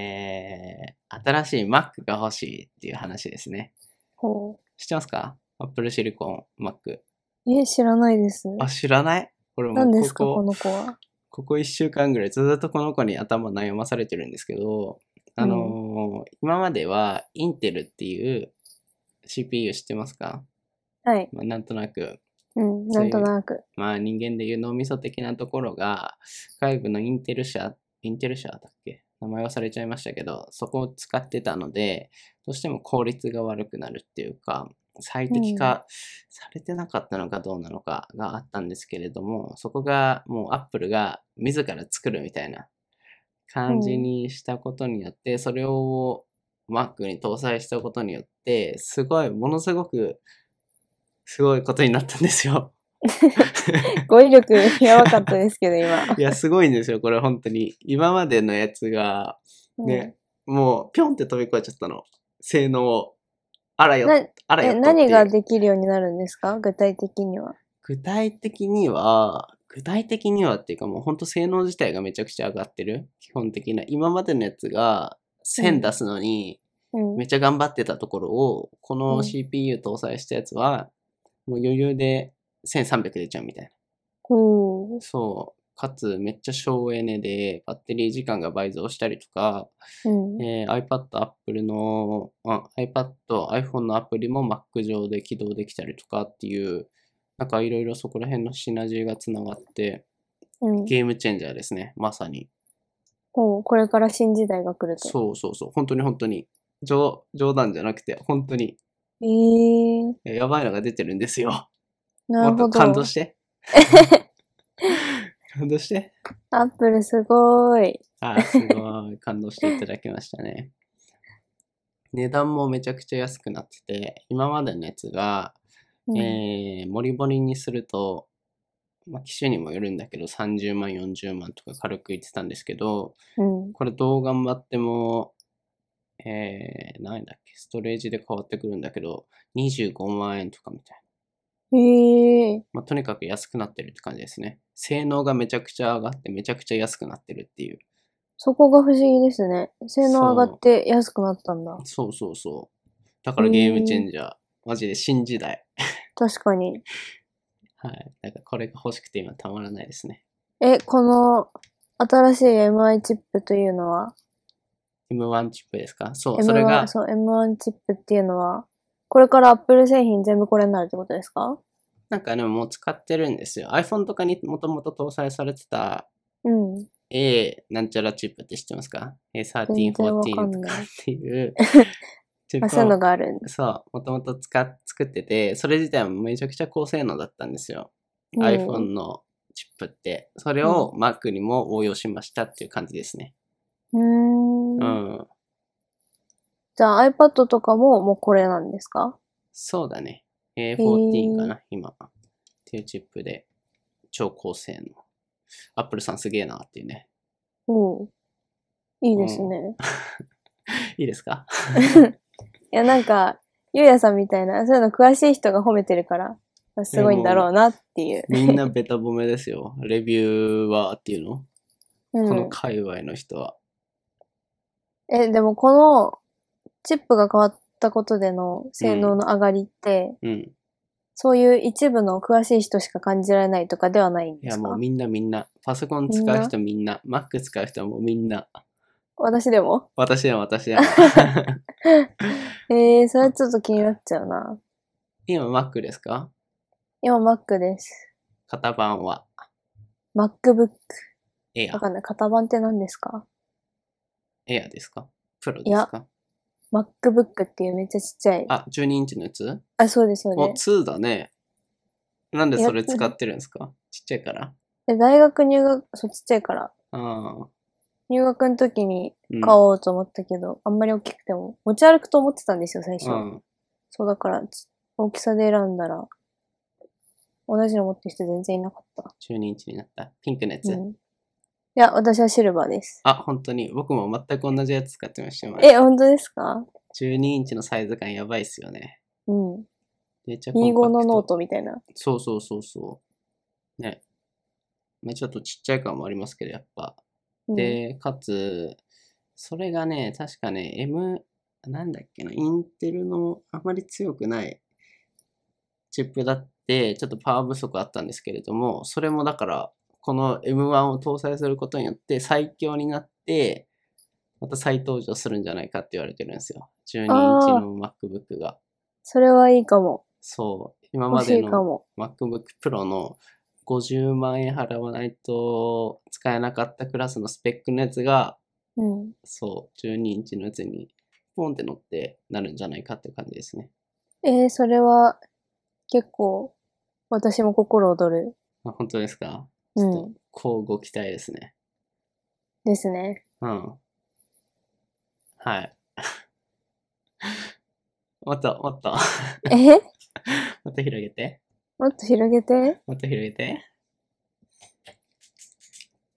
[SPEAKER 1] えー、新しい Mac が欲しいっていう話ですね。
[SPEAKER 2] ほ
[SPEAKER 1] 知ってますかアップルシリコン、Mac。
[SPEAKER 2] う。え、知らないです。
[SPEAKER 1] あ、知らないこれも
[SPEAKER 2] 何です
[SPEAKER 1] う
[SPEAKER 2] か、こ
[SPEAKER 1] ここ、
[SPEAKER 2] の子は。
[SPEAKER 1] ここ1週間ぐらいずっとこの子に頭悩まされてるんですけど、あのー今まではインテルっていう CPU 知ってますか、
[SPEAKER 2] はい。
[SPEAKER 1] まあ、なんとなく、
[SPEAKER 2] うん。なんとなく。
[SPEAKER 1] まあ人間でいう脳みそ的なところが、外部のインテル社、インテル社だっけ名前忘れちゃいましたけど、そこを使ってたので、どうしても効率が悪くなるっていうか、最適化されてなかったのかどうなのかがあったんですけれども、そこがもうアップルが自ら作るみたいな感じにしたことによって、それを Mac に搭載したことによって、すごい、ものすごく、すごいことになったんですよ。
[SPEAKER 2] 語彙力やばかったですけど、今。
[SPEAKER 1] *laughs* いや、すごいんですよ、これ、本当に。今までのやつが、ね、もう、ぴょんって飛び越えちゃったの。性能を。あら
[SPEAKER 2] うん。
[SPEAKER 1] よ、
[SPEAKER 2] な
[SPEAKER 1] あらよっと
[SPEAKER 2] え、
[SPEAKER 1] っていう
[SPEAKER 2] 何ができるようになるんですか具体的には。
[SPEAKER 1] 具体的には、具体的にはっていうかもうほんと性能自体がめちゃくちゃ上がってる。基本的な。今までのやつが
[SPEAKER 2] うん
[SPEAKER 1] 1000出すのに
[SPEAKER 2] うん。
[SPEAKER 1] めっちゃ頑張ってたところを、こ
[SPEAKER 2] うん
[SPEAKER 1] の CPU 搭載したやつはもう余裕で1300出ちゃうみたいな。
[SPEAKER 2] うん。
[SPEAKER 1] そう。かつめっちゃ省エネでバッテリー時間が倍増したりとか、
[SPEAKER 2] うん。
[SPEAKER 1] えー iPad、Apple の、あ iPad、iPhone のアプリも Mac 上で起動できたりとかっていう、なんかいろいろそこら辺のシナジーがつながって、
[SPEAKER 2] うん。
[SPEAKER 1] ゲームチェンジャーですね、まさに。
[SPEAKER 2] もうこれから新時代が来ると。
[SPEAKER 1] そうそうそう、本当に本当に。冗冗談じゃなくて、本当に、
[SPEAKER 2] えー、
[SPEAKER 1] えやばいのが出てるんですよ。
[SPEAKER 2] なるほ
[SPEAKER 1] も
[SPEAKER 2] ど。
[SPEAKER 1] っと感動して。 *laughs* 感動して。
[SPEAKER 2] アップルすごーい。
[SPEAKER 1] あ、すごい。感動していただきましたね。値段もめちゃくちゃ安くなってて、今までのやつが、
[SPEAKER 2] うん
[SPEAKER 1] えー、盛り盛りにすると、まあ、機種にもよるんだけど、30万、40万とか軽く言ってたんですけど、
[SPEAKER 2] うん。
[SPEAKER 1] これどう頑張っても、えー、何円だっけ、ストレージで変わってくるんだけど、25万円とかみたいな。
[SPEAKER 2] えー、
[SPEAKER 1] まあ、とにかく安くなってるって感じですね。性能がめちゃくちゃ上がって、めちゃくちゃ安くなってるっていう。
[SPEAKER 2] そこが不思議ですね。性能上がって安くなったんだ。
[SPEAKER 1] そうそうそう。だからゲームチェンジャー。マジで新時代。
[SPEAKER 2] 確かに。
[SPEAKER 1] はい。なんかこれが欲しくて今たまらないですね。
[SPEAKER 2] え、この新しい MI チップというのは
[SPEAKER 1] M1 チップですかそう、それ
[SPEAKER 2] M1
[SPEAKER 1] が、
[SPEAKER 2] そう M1 チップっていうのは、これから Apple 製品全部これになるってことですか
[SPEAKER 1] なんかね、もう使ってるんですよ。iPhone とかにもともと搭載されてた
[SPEAKER 2] うん。
[SPEAKER 1] A なんちゃらチップって知ってますか ?A13、
[SPEAKER 2] 全然わ
[SPEAKER 1] 14
[SPEAKER 2] かん
[SPEAKER 1] と
[SPEAKER 2] ない
[SPEAKER 1] かっていう。チ
[SPEAKER 2] あ、そうい
[SPEAKER 1] ッ
[SPEAKER 2] うの
[SPEAKER 1] プを
[SPEAKER 2] があるんだ。
[SPEAKER 1] そう、もともと使っ作ってて、それ自体もめちゃくちゃ高性能だったんですよ。
[SPEAKER 2] うん
[SPEAKER 1] iPhone のチップって。それを Mac にも応用しましたっていう感じですね。
[SPEAKER 2] う
[SPEAKER 1] う
[SPEAKER 2] ーん。
[SPEAKER 1] ん。
[SPEAKER 2] じゃあ iPad とかももうこれなんですか
[SPEAKER 1] そうだね。
[SPEAKER 2] ー
[SPEAKER 1] A14 かな、今。っていうチップで、超高性能。アップルさんすげえなっていうね。
[SPEAKER 2] うん。いいですね。
[SPEAKER 1] いいですか
[SPEAKER 2] いや、なんか、ゆうやさんみたいな、そういうの詳しい人が褒めてるから、まあすごいんだろうなっていう。
[SPEAKER 1] みんなベタ褒めですよ。レビューはっていうの、
[SPEAKER 2] う
[SPEAKER 1] この
[SPEAKER 2] ん、
[SPEAKER 1] 界隈の人は。
[SPEAKER 2] え、でもこの、チップが変わったことでの性能の上がりって、
[SPEAKER 1] うん。
[SPEAKER 2] そういう一部の詳しい人しか感じられないとかではないん
[SPEAKER 1] い
[SPEAKER 2] で
[SPEAKER 1] や、
[SPEAKER 2] す
[SPEAKER 1] も
[SPEAKER 2] か
[SPEAKER 1] うみんなみんな。パソコン使う人みんな。Mac 使う人もみんな。
[SPEAKER 2] 私でも
[SPEAKER 1] 私でも私で
[SPEAKER 2] *laughs*
[SPEAKER 1] も。
[SPEAKER 2] えー、それはちょっと気になっちゃうな。
[SPEAKER 1] 今 Mac ですか
[SPEAKER 2] 今 Mac です。
[SPEAKER 1] 型番は
[SPEAKER 2] MacBook。
[SPEAKER 1] Air
[SPEAKER 2] わ。かんない。型番って何ですか
[SPEAKER 1] Air ですかプロ
[SPEAKER 2] い
[SPEAKER 1] で
[SPEAKER 2] や
[SPEAKER 1] すか
[SPEAKER 2] ?MacBook っていうめっちゃちっちゃい。あ、
[SPEAKER 1] あ、12インチのやつ
[SPEAKER 2] そうです、そう
[SPEAKER 1] お、
[SPEAKER 2] です。
[SPEAKER 1] 2だね。なんでそれ使ってるんですかちっちゃいから。
[SPEAKER 2] で大学入学、そう、ちっちゃいから。
[SPEAKER 1] ああ。
[SPEAKER 2] 入学の時に
[SPEAKER 1] うん
[SPEAKER 2] 買おうと思ったけど、あんまり大きくても、持ち歩くと思ってたんですよ、最初。
[SPEAKER 1] うん。
[SPEAKER 2] そうだから、ち大きさで選んだら、同じの持ってる人全然いなかった。
[SPEAKER 1] 12インチになった。ピンクのやつ。
[SPEAKER 2] うん。いや、私はシルバーです。
[SPEAKER 1] あ、本当に。僕も全く同じやつ使ってました。
[SPEAKER 2] え、本当ですか
[SPEAKER 1] 12インチのサイズ感やばいっすよね。
[SPEAKER 2] うん。
[SPEAKER 1] めっちゃコン
[SPEAKER 2] B5
[SPEAKER 1] パク
[SPEAKER 2] のノー。トみたいな。
[SPEAKER 1] そうそうそうそう。ね。まあ、ちょっとちっちゃい感もありますけど、やっぱ。
[SPEAKER 2] うん、
[SPEAKER 1] で、かつ、それがね、確かね、M、なんだっけな、インテルのあまり強くないチップだって、ちょっとパワー不足あったんですけれども、それもだから、この M1 を搭載することによって最強になって、また再登場するんじゃないかって言われてるんですよ。12インチ
[SPEAKER 2] あ
[SPEAKER 1] の MacBook が。
[SPEAKER 2] それはいいかも。
[SPEAKER 1] そう。今ま
[SPEAKER 2] 欲しい
[SPEAKER 1] で
[SPEAKER 2] か
[SPEAKER 1] の
[SPEAKER 2] も。
[SPEAKER 1] MacBook Pro の50万円払わないと使えなかったクラスのスペックのやつが
[SPEAKER 2] うん。
[SPEAKER 1] そう、12インチのやつに、ポンって乗ってなるんじゃないかっていう感じですね。
[SPEAKER 2] えー、それは、結構、私も心躍る。
[SPEAKER 1] あ本当ですか
[SPEAKER 2] う
[SPEAKER 1] ちょっ
[SPEAKER 2] ん。
[SPEAKER 1] こうご期待ですね。
[SPEAKER 2] ですね。
[SPEAKER 1] うん。はい。 *laughs* もっと、もっと、 *laughs*
[SPEAKER 2] え *laughs*
[SPEAKER 1] もっと広げて。
[SPEAKER 2] もっと広げて。
[SPEAKER 1] もっと広げて。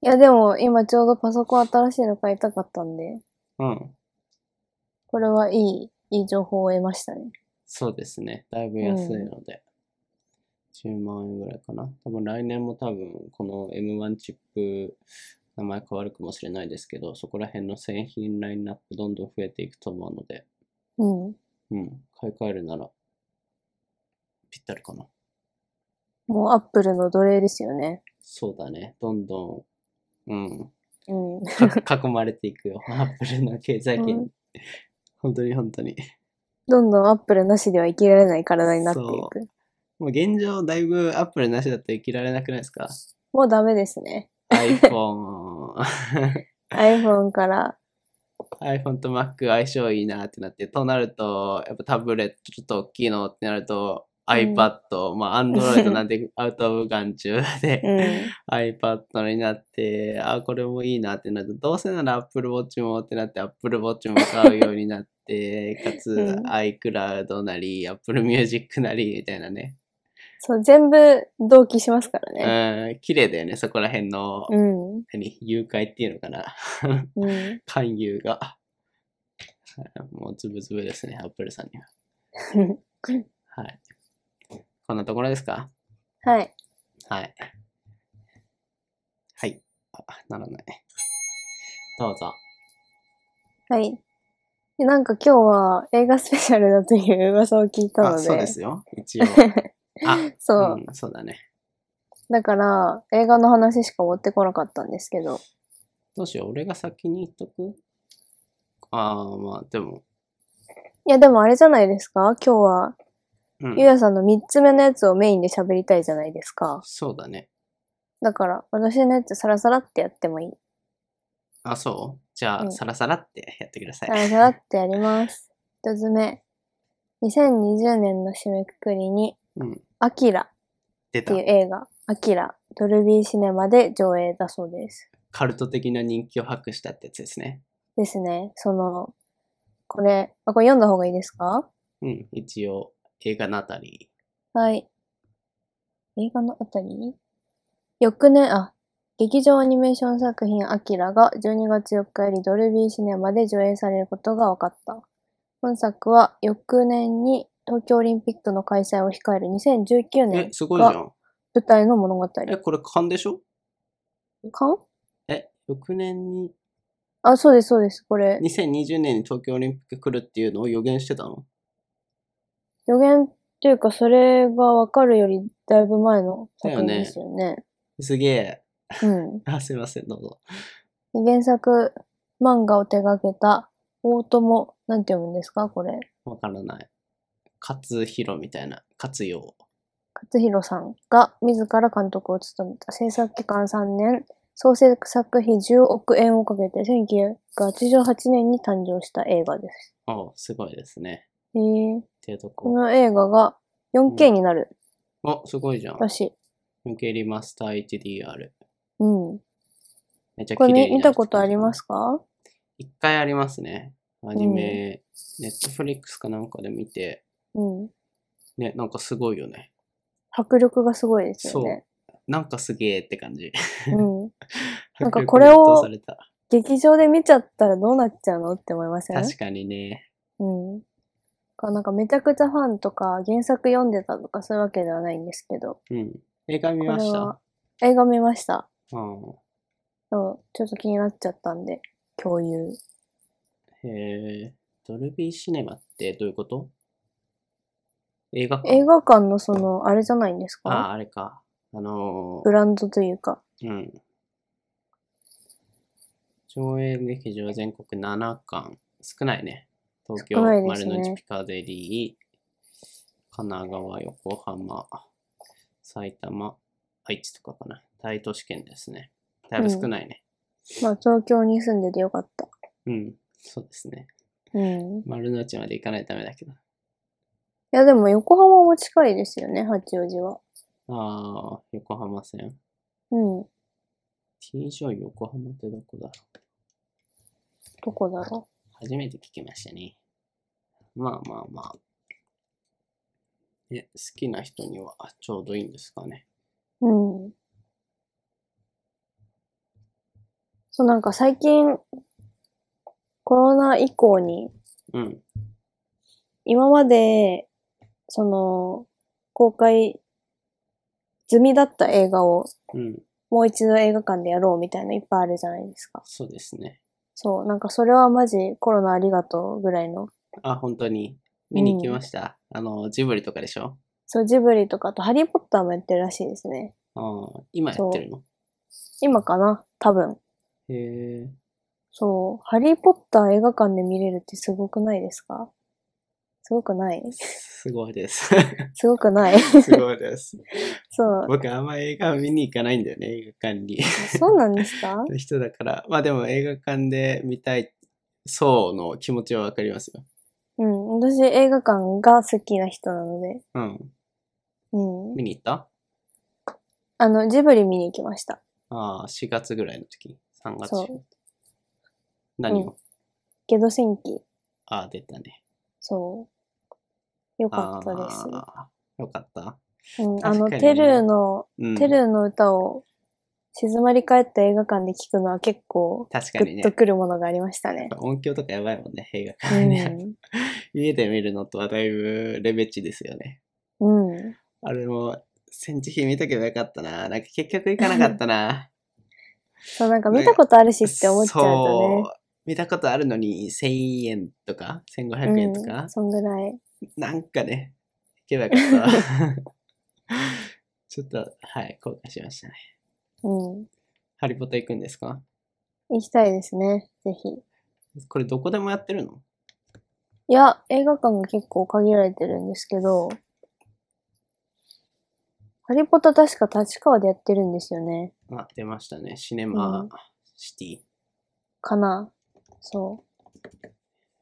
[SPEAKER 2] いや、でも、今ちょうどパソコン新しいの買いたかったんで、
[SPEAKER 1] うん。
[SPEAKER 2] これはいい、いい情報を得ましたね。
[SPEAKER 1] そうですね。だいぶ安いので。 10万円ぐらいかな。多分来年も多分この M1 チップ名前変わるかもしれないですけど、そこら辺の製品ラインナップどんどん増えていくと思うので、
[SPEAKER 2] うん。
[SPEAKER 1] うん、買い替えるならぴったりかな。
[SPEAKER 2] もうアップルの奴隷ですよね。
[SPEAKER 1] そうだね。どんどん、うん、
[SPEAKER 2] うん。
[SPEAKER 1] か囲まれていくよ。アップルの経済圏
[SPEAKER 2] う
[SPEAKER 1] に。本当に本当に。
[SPEAKER 2] どんどんアップルなしでは生きられない体になっていく。
[SPEAKER 1] もう現状、だいぶアップルなしだと生きられなくないですか
[SPEAKER 2] もうダメですね。
[SPEAKER 1] ?iPhone。
[SPEAKER 2] iPhone から。
[SPEAKER 1] iPhone と Mac 相性いいなってなって、となると、やっぱタブレットちょっと大きいのってなると、
[SPEAKER 2] うん
[SPEAKER 1] iPad、まあ Android なんて *laughs* アウトオブガン中で、
[SPEAKER 2] うん。
[SPEAKER 1] iPad になって、あ、これもいいなってなって、どうせなら Apple Watch もってなって、Apple Watch も買うようになって、
[SPEAKER 2] *laughs*
[SPEAKER 1] かつ
[SPEAKER 2] うん
[SPEAKER 1] iCloud なり、Apple Music なりみたいなね。
[SPEAKER 2] そう、全部同期しますからね。
[SPEAKER 1] うん、綺麗だよね、そこら辺の、
[SPEAKER 2] うん。
[SPEAKER 1] 何、誘拐っていうのかな。
[SPEAKER 2] うん。
[SPEAKER 1] 勧誘が。はいもうズブズブですね、アップルさんには。はい。こんなところですか
[SPEAKER 2] はい。
[SPEAKER 1] はい。はい。あ、ならない。どうぞ。
[SPEAKER 2] はい。でなんか今日は映画スペシャルだという噂を聞いたの
[SPEAKER 1] あ、
[SPEAKER 2] で。
[SPEAKER 1] そうですよ。一
[SPEAKER 2] *laughs*
[SPEAKER 1] 応。あ、
[SPEAKER 2] そう
[SPEAKER 1] うん、そうだね。
[SPEAKER 2] だから、映画の話しか持ってこなかったんですけど。
[SPEAKER 1] どうしよう、俺が先に言っとくああ、まあ、でも。
[SPEAKER 2] いや、でもあれじゃないですか今日は、
[SPEAKER 1] うん
[SPEAKER 2] ゆうやさんの3つ目のやつをメインで喋りたいじゃないですか。
[SPEAKER 1] そうだね。
[SPEAKER 2] だから、私のやつサラサラってやってもいい。
[SPEAKER 1] あ、そうじゃあ、
[SPEAKER 2] うん
[SPEAKER 1] さらさらってやってください。
[SPEAKER 2] サラサラってやります。1つ目。2020年の締めくくりに、
[SPEAKER 1] うん。
[SPEAKER 2] アキラ
[SPEAKER 1] 出
[SPEAKER 2] って
[SPEAKER 1] た
[SPEAKER 2] いう。映画、アキラ、ドルビーシネマで上映だそうです。
[SPEAKER 1] カルト的な人気を博したってやつですね。
[SPEAKER 2] ですね。その、これ、あ、これ読んだ方がいいですか
[SPEAKER 1] うん、一応、映画のあたり。
[SPEAKER 2] はい。映画のあたり翌年、あ、劇場アニメーション作品アキラが12月4日よりドルビーシネマで上映されることが分かった。本作は翌年に東京オリンピックの開催を控える2019
[SPEAKER 1] え
[SPEAKER 2] 年、
[SPEAKER 1] すごいじゃ
[SPEAKER 2] が
[SPEAKER 1] ん。
[SPEAKER 2] 舞台の物語。
[SPEAKER 1] え、これ勘でしょ
[SPEAKER 2] かん
[SPEAKER 1] え、翌年に、
[SPEAKER 2] あ、そうです、そうです。これ、
[SPEAKER 1] 2020年に東京オリンピック来るっていうのを予言してたの
[SPEAKER 2] 予言というか、それが分かるよりだいぶ前の作品
[SPEAKER 1] だよね
[SPEAKER 2] ですよね。
[SPEAKER 1] すげえ。
[SPEAKER 2] うん。
[SPEAKER 1] あ、すいません、どうぞ。
[SPEAKER 2] 原作漫画を手掛けた大友、なんて読むんですかこれ。
[SPEAKER 1] わからない。勝弘みたいな、勝陽。
[SPEAKER 2] 勝弘さんが自ら監督を務めた制作期間3年、総制作費10億円をかけて1988年に誕生した映画です。
[SPEAKER 1] おうすごいですね。
[SPEAKER 2] へー
[SPEAKER 1] っていうと
[SPEAKER 2] こ
[SPEAKER 1] こ。
[SPEAKER 2] の映画が
[SPEAKER 1] う
[SPEAKER 2] 4K
[SPEAKER 1] ん
[SPEAKER 2] になる
[SPEAKER 1] お、すごいじゃん。
[SPEAKER 2] らしい。
[SPEAKER 1] 4K リマスター HDR。
[SPEAKER 2] うん。
[SPEAKER 1] めちゃ
[SPEAKER 2] こ
[SPEAKER 1] 綺麗
[SPEAKER 2] れ
[SPEAKER 1] にな
[SPEAKER 2] 見見たことありますすか
[SPEAKER 1] 一回ありますね。アニメ、ネットフリックスかなんかで見て、
[SPEAKER 2] うん。
[SPEAKER 1] ね、なんかすごいよね。
[SPEAKER 2] 迫力がすごいですよね。
[SPEAKER 1] なんかすげえって感じ。
[SPEAKER 2] うん。なんかこれを
[SPEAKER 1] 迫力に圧倒された
[SPEAKER 2] 劇場で見ちゃったらどうなっちゃうのって思いません
[SPEAKER 1] 確かにね。
[SPEAKER 2] うん。かなんかめちゃくちゃファンとか原作読んでたとかそういうわけではないんですけど、
[SPEAKER 1] うん。映画見
[SPEAKER 2] こ
[SPEAKER 1] ま
[SPEAKER 2] れ
[SPEAKER 1] した
[SPEAKER 2] は映画見ました。
[SPEAKER 1] うん。
[SPEAKER 2] うんちょっと気になっちゃったんで、共有。
[SPEAKER 1] へえ。ドルビーシネマってどういうこと映画館
[SPEAKER 2] 映画館のその、あれじゃないんです
[SPEAKER 1] ああ、
[SPEAKER 2] か
[SPEAKER 1] あれか。あの
[SPEAKER 2] ブランドというか。
[SPEAKER 1] ー、うん。上映劇場全国7巻。少ないね。東京、
[SPEAKER 2] 少ないです
[SPEAKER 1] 丸
[SPEAKER 2] ね
[SPEAKER 1] の内ピカデリー、神奈川、横浜、埼玉、愛知とかかな。大都市圏ですね。だいぶ少ないね。
[SPEAKER 2] まあ東京に住んでてよかった。
[SPEAKER 1] うん、そうですね。
[SPEAKER 2] うん。い
[SPEAKER 1] 丸の内まで行かないとダメだけど。
[SPEAKER 2] やでも横浜も近いですよね、八王子は。
[SPEAKER 1] ああ、横浜線。
[SPEAKER 2] うん。
[SPEAKER 1] T ジョイ横浜ってどこだろう
[SPEAKER 2] どこだろ
[SPEAKER 1] 初めて聞きましたね。まあまあまあ。え、好きな人にはちょうどいいんですかね。
[SPEAKER 2] う。うん。そうなんか最近、コロナ以降に
[SPEAKER 1] うん。
[SPEAKER 2] 今まで、その、公開済みだった映画を
[SPEAKER 1] うん。
[SPEAKER 2] もう一度映画館でやろうみたいないっぱいあるじゃないですか。
[SPEAKER 1] そうですね。
[SPEAKER 2] そう、なんかそれはマジコロナありがとうぐらいの。
[SPEAKER 1] あ、本当に。見に行きました。あの、ジブリとかでしょ
[SPEAKER 2] そう、ジブリとか、あとハリーポッターもやってるらしいですね。
[SPEAKER 1] あー今やってるの
[SPEAKER 2] 今かな多分。
[SPEAKER 1] へえ。
[SPEAKER 2] そう、ハリーポッター映画館で見れるってすごくないですかすごくない *laughs*
[SPEAKER 1] すごいです。
[SPEAKER 2] すごくな
[SPEAKER 1] *laughs*
[SPEAKER 2] い
[SPEAKER 1] すごい *laughs* です。
[SPEAKER 2] そう。
[SPEAKER 1] 僕あんま映画見に行かないんだよね、映画館に。
[SPEAKER 2] そうなんですか
[SPEAKER 1] 人だから。まあでも映画館で見たい層の気持ちはわかりますよ。
[SPEAKER 2] うん。私映画館が好きな人なので。
[SPEAKER 1] うん。
[SPEAKER 2] うん。
[SPEAKER 1] 見に行った
[SPEAKER 2] あの、ジブリ見に行きました。
[SPEAKER 1] ああ、4月ぐらいの時。3月
[SPEAKER 2] そう。
[SPEAKER 1] 何を、
[SPEAKER 2] ゲド戦記。
[SPEAKER 1] ああ、出たね。
[SPEAKER 2] そう。よ
[SPEAKER 1] あ
[SPEAKER 2] かったです。
[SPEAKER 1] あー、よかった。
[SPEAKER 2] うん、
[SPEAKER 1] 確
[SPEAKER 2] あ
[SPEAKER 1] か
[SPEAKER 2] の、
[SPEAKER 1] にね
[SPEAKER 2] テルーの、
[SPEAKER 1] うん。
[SPEAKER 2] テルーの歌を静まり返った映画館で聴くのは結構
[SPEAKER 1] 確か
[SPEAKER 2] グ
[SPEAKER 1] に
[SPEAKER 2] ッ
[SPEAKER 1] ね
[SPEAKER 2] と。くるものがありまし
[SPEAKER 1] *laughs*
[SPEAKER 2] たね。
[SPEAKER 1] 音響とかやばいもんね、映画
[SPEAKER 2] う
[SPEAKER 1] 館 *laughs* ね。
[SPEAKER 2] ん。
[SPEAKER 1] 家で見るのとはだいぶレベチですよね。
[SPEAKER 2] うん。
[SPEAKER 1] あれも、戦時品見とけばよかったな。なんか結局行かなかったな。
[SPEAKER 2] そう、なんか見たことあるしって思っちゃうとね。
[SPEAKER 1] そう。見たことあるのに1000円とか1500円とか、
[SPEAKER 2] うん、そんぐらい。
[SPEAKER 1] なんかね、いけばよかったわ。
[SPEAKER 2] *laughs*
[SPEAKER 1] ちょっと、はい、後悔しましたね。
[SPEAKER 2] うん。
[SPEAKER 1] ハリポタ行くんですか
[SPEAKER 2] 行きたいですね。ぜひ。
[SPEAKER 1] これどこでもやってるの
[SPEAKER 2] いや、映画館が結構限られてるんですけど、ハリポタ確か立川でやってるんですよね。
[SPEAKER 1] あ、出ましたね。シネマ
[SPEAKER 2] うん
[SPEAKER 1] シティ。
[SPEAKER 2] かな。そう。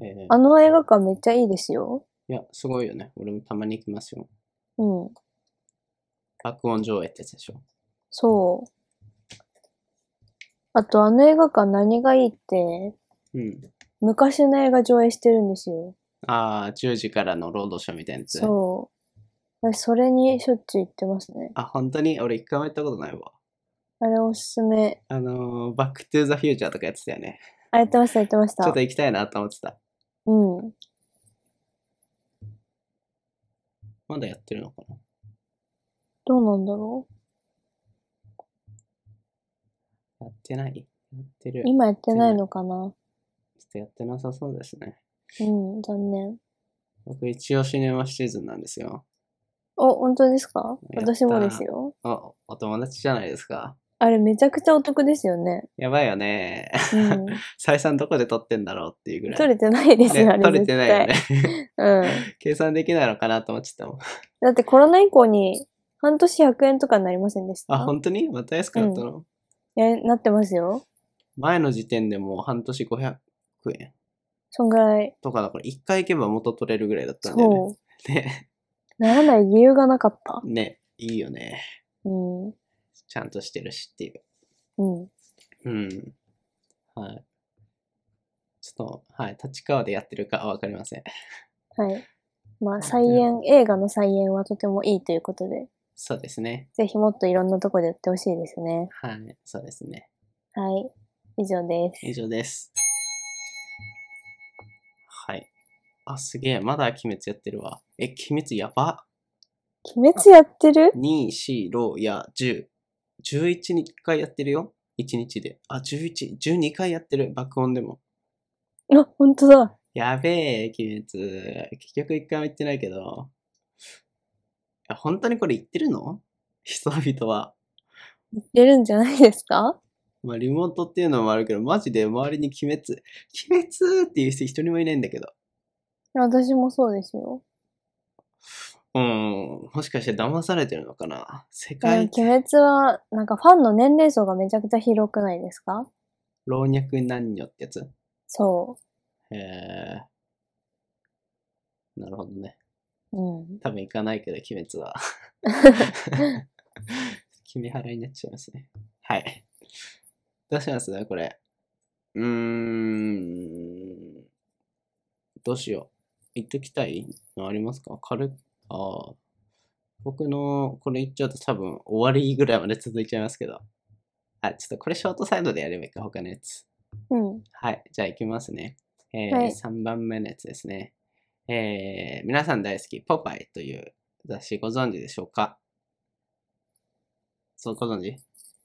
[SPEAKER 1] えー
[SPEAKER 2] あの映画館めっちゃいいですよ。
[SPEAKER 1] いや、すごいよね。俺もたまに行きますよ。
[SPEAKER 2] うん。
[SPEAKER 1] 爆音上映ってやつでしょ。
[SPEAKER 2] そう。あと、あの映画館何がいいって、
[SPEAKER 1] うん。
[SPEAKER 2] 昔の映画上映してるんですよ。
[SPEAKER 1] ああ、10時からのロードショーみたいなやつ。
[SPEAKER 2] そう。私、それにしょっちゅう行ってますね。
[SPEAKER 1] あ、本当に俺一回も行ったことないわ。
[SPEAKER 2] あれおすすめ。
[SPEAKER 1] あのーバックトゥーザフューチャーとかやってたよね。
[SPEAKER 2] あ、やってました、やってまし
[SPEAKER 1] ちょ
[SPEAKER 2] た
[SPEAKER 1] っと。行きたいなと思ってた。
[SPEAKER 2] うん。
[SPEAKER 1] まだやってるのかな
[SPEAKER 2] どうなんだろう。
[SPEAKER 1] やってないやってる。ちょ
[SPEAKER 2] 今やってないのかな。
[SPEAKER 1] っとやってなさそうですね。
[SPEAKER 2] うん、残念。
[SPEAKER 1] 僕一応シネマシーズンなんですよ。
[SPEAKER 2] お、本当ですか
[SPEAKER 1] やったー
[SPEAKER 2] 私もですよ。
[SPEAKER 1] あ、お友達じゃないですか。
[SPEAKER 2] あれめちゃくちゃお得ですよね。
[SPEAKER 1] やばいよね。 *laughs*
[SPEAKER 2] うん。
[SPEAKER 1] 採算どこで撮ってんだろうっていうぐらい。
[SPEAKER 2] 取れてないですよ、あれ
[SPEAKER 1] ね撮れてないよね *laughs*
[SPEAKER 2] 絶。対うん。
[SPEAKER 1] 計算できないのかなと思ってたもん。
[SPEAKER 2] だってコロナ以降に半年100円とかになりませんでした
[SPEAKER 1] あ、本当にまた安くなったの、
[SPEAKER 2] え、なってますよ。
[SPEAKER 1] 前の時点でもう半年500円
[SPEAKER 2] そんぐらい。
[SPEAKER 1] とかだから、一回行けば元取れるぐらいだったんだよ
[SPEAKER 2] そ
[SPEAKER 1] ね。ね。
[SPEAKER 2] う。ならない理由がなかった。
[SPEAKER 1] ね。いいよね。
[SPEAKER 2] うん。う
[SPEAKER 1] ちゃんとしてるしっていう。
[SPEAKER 2] ん。
[SPEAKER 1] うん。はい。ちょっと、はい、立川でやってるかわかりません。
[SPEAKER 2] はい。まあ、再演、映画の再演はとてもいいということで、
[SPEAKER 1] そうですね。
[SPEAKER 2] ぜひもっといろんなとこでやってほしいですね。
[SPEAKER 1] はい、そうですね。
[SPEAKER 2] はい。以上です。
[SPEAKER 1] 以上です。はい。あ、すげえ、まだ鬼滅やってるわ。え、鬼滅やば
[SPEAKER 2] 鬼滅やってる
[SPEAKER 1] !2、4、6、や、10。11日回やってるよ。1日で。あ、11、12回やってる。爆音でも。
[SPEAKER 2] あ、本当だ。
[SPEAKER 1] やべえ、鬼滅。結局一回も行ってないけど。いや本当にこれ行ってるの人々は。
[SPEAKER 2] 出るんじゃないですか
[SPEAKER 1] まあ、リモートっていうのもあるけど、マジで周りに鬼滅、鬼滅っていう人一人もいないんだけど。
[SPEAKER 2] 私もそうですよ。
[SPEAKER 1] うーん、もしかして騙されてるのかな世
[SPEAKER 2] でも
[SPEAKER 1] 界
[SPEAKER 2] 鬼滅は、なんかファンの年齢層がめちゃくちゃ広くないですか
[SPEAKER 1] 老若男女ってやつ
[SPEAKER 2] そ
[SPEAKER 1] へえ。なるほどね。
[SPEAKER 2] う。
[SPEAKER 1] *laughs*
[SPEAKER 2] うん。
[SPEAKER 1] 多分行かないけど、鬼滅は。 *laughs* 君払いになっちゃいますね。はい。どうしますこれ。うーん。どうしよう。言っときたいのありますか軽く、ああ。僕の、これ言っちゃうと多分終わりぐらいまで続いちゃいますけど。あ、ちょっとこれショートサイドでやればいいか、他のやつ。
[SPEAKER 2] うん。
[SPEAKER 1] はい、じゃあ行きますね。えー
[SPEAKER 2] はい
[SPEAKER 1] 3番目のやつですね。えー皆さん大好き、ポパイという雑誌ご存知でしょうかそう、ご存知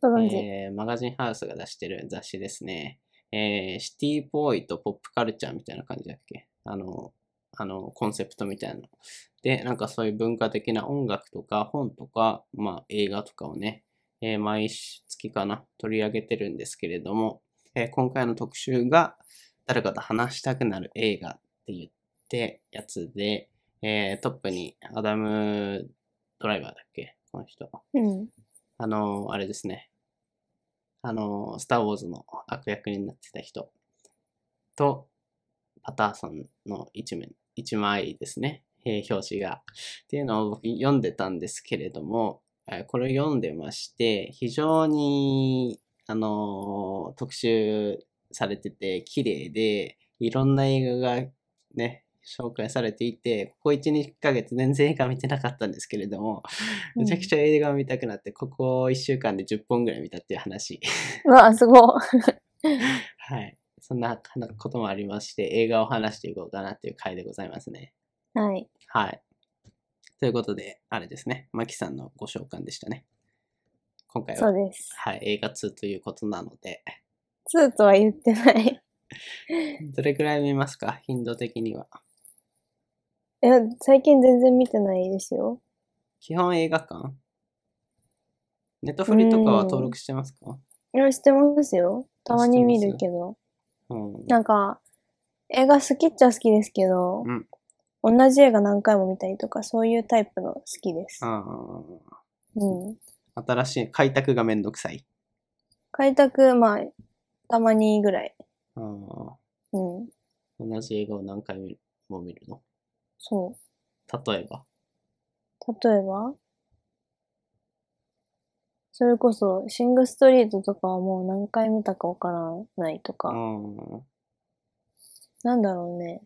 [SPEAKER 2] ご存知、
[SPEAKER 1] えーマガジンハウスが出してる雑誌ですね。えーシティボーイとポップカルチャーみたいな感じだっけあの、あの、コンセプトみたいな。で、なんかそういう文化的な音楽とか本とか、まあ映画とかをね、えー毎月かな、取り上げてるんですけれども、えー今回の特集が、誰かと話したくなる映画って言ってやつで、えートップにアダム・ドライバーだっけこの人。
[SPEAKER 2] うん。 *laughs*
[SPEAKER 1] あの、あれですね。あの、スター・ウォーズの悪役になってた人と、パターソンの一面、一枚ですね。えー表紙が。っていうのを僕読んでたんですけれども、えーこれを読んでまして、非常に、あのー特集されてて、綺麗で、いろんな映画がね、紹介されていて、ここ1、2ヶ月全然映画見てなかったんですけれども、めちゃくちゃ映画を見たくなって、ここ1週間で10本ぐらい見たっていう話。
[SPEAKER 2] うわ、すご
[SPEAKER 1] *laughs* はい。そんなこともありまして、映画を話していこうかなっていう回でございますね。
[SPEAKER 2] い。はい。
[SPEAKER 1] はい。ということで、あれですね。マキさんのご召喚でしたね。今回
[SPEAKER 2] そ
[SPEAKER 1] は、
[SPEAKER 2] うです。
[SPEAKER 1] はい、映画2ということなので、
[SPEAKER 2] 2とは言ってない。 *laughs*
[SPEAKER 1] どれくらい見ますか頻度的には。
[SPEAKER 2] いや、最近全然見てないですよ。
[SPEAKER 1] 基本映画館ネットフリとかは登録してますか
[SPEAKER 2] いや、してますよ。たまに見るけど。
[SPEAKER 1] うん。
[SPEAKER 2] なんか、映画好きっちゃ好きですけど、
[SPEAKER 1] うん
[SPEAKER 2] 同じ映画何回も見たりとか、そういうタイプの好きです。
[SPEAKER 1] あ
[SPEAKER 2] うん。
[SPEAKER 1] ー新しい、開拓がめんどくさい。
[SPEAKER 2] 開拓、まあ、たまにぐらい。
[SPEAKER 1] あー
[SPEAKER 2] うん。
[SPEAKER 1] 同じ映画を何回見るも見るの
[SPEAKER 2] そ
[SPEAKER 1] 例えば。
[SPEAKER 2] う。例えばそれこそ、シングストリートとかはもう何回見たかわからないと
[SPEAKER 1] う
[SPEAKER 2] か、
[SPEAKER 1] ん。
[SPEAKER 2] なんだろうね。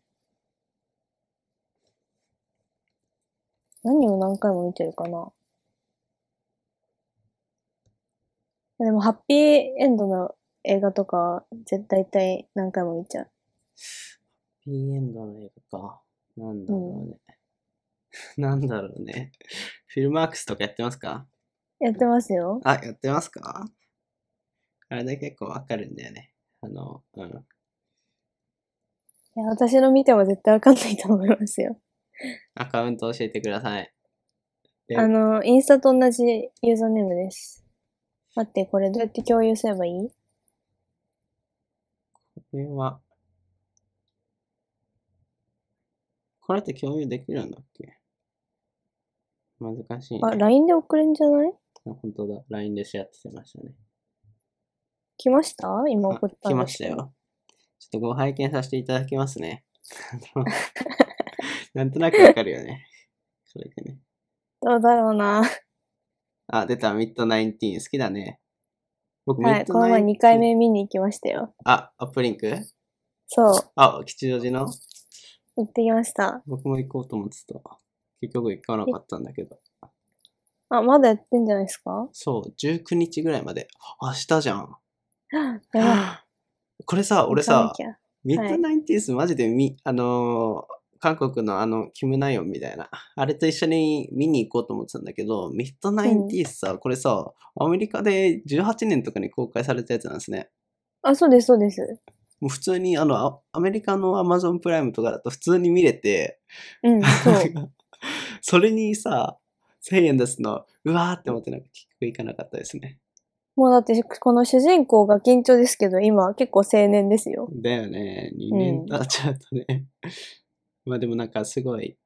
[SPEAKER 2] 何を何回も見てるかな。でも、ハッピーエンドの映画とか、絶対体何回も見ちゃう。
[SPEAKER 1] ピーエンドの映画か。なんだろうね。 *laughs* なんだろうね。フィルマークスとかやってますか
[SPEAKER 2] やってますよ。
[SPEAKER 1] あ、やってますかあれね、結構わかるんだよね。あの、うん。
[SPEAKER 2] いや、私の見ても絶対わかんないと思いますよ。
[SPEAKER 1] アカウント教えてください。え
[SPEAKER 2] あの、インスタと同じユーザーネームです。待って、これどうやって共有すればいい
[SPEAKER 1] これは、これって共有できるんだっけ難しいね。
[SPEAKER 2] あ、LINE で送れんじゃない
[SPEAKER 1] 本当だ。LINE でシェアってましたね。
[SPEAKER 2] 来ました今
[SPEAKER 1] あ
[SPEAKER 2] 送った
[SPEAKER 1] 来
[SPEAKER 2] ん
[SPEAKER 1] ま
[SPEAKER 2] で
[SPEAKER 1] し
[SPEAKER 2] す
[SPEAKER 1] た
[SPEAKER 2] けど。
[SPEAKER 1] よ。ちょっとご拝見させていただきますね。 *laughs* あのなんとなくわかるよね。それでね。
[SPEAKER 2] どうだろうな。
[SPEAKER 1] あ、出た、ミッドナインティーン。好きだね。僕、
[SPEAKER 2] はい、この前2回。目見に行きましたよ。
[SPEAKER 1] あ、アップリンク
[SPEAKER 2] そう、
[SPEAKER 1] あ、吉祥寺の
[SPEAKER 2] 行ってきました。
[SPEAKER 1] 僕も行こうと思ってた。結局行かなかったんだけど。
[SPEAKER 2] あ、まだやってんじゃないですか
[SPEAKER 1] そう、19日ぐらいまで。あ明日じゃん。
[SPEAKER 2] やばい。
[SPEAKER 1] これさ、俺
[SPEAKER 2] 行か
[SPEAKER 1] さ
[SPEAKER 2] な、きゃ
[SPEAKER 1] ミッドナインティースマジでみ、あのー韓国のあの、キムナヨンみたいな、あれと一緒に見に行こうと思ってたんだけど、ミッドナインティースさ、これさ、アメリカで18年とかに公開されたやつなんですね。
[SPEAKER 2] あ、そうです、そうです。
[SPEAKER 1] もう普通に、あの、あアメリカのアマゾンプライムとかだと普通に見れて、
[SPEAKER 2] うん、そう。
[SPEAKER 1] *laughs* それにさ、1000円出すの、うわーって思ってなんか結局行かなかったですね。
[SPEAKER 2] もうだって、この主人公が緊張ですけど、今結構青年ですよ。
[SPEAKER 1] だよね、2
[SPEAKER 2] う
[SPEAKER 1] 年
[SPEAKER 2] ん
[SPEAKER 1] 経っちゃったね。まあでもなんかすごい、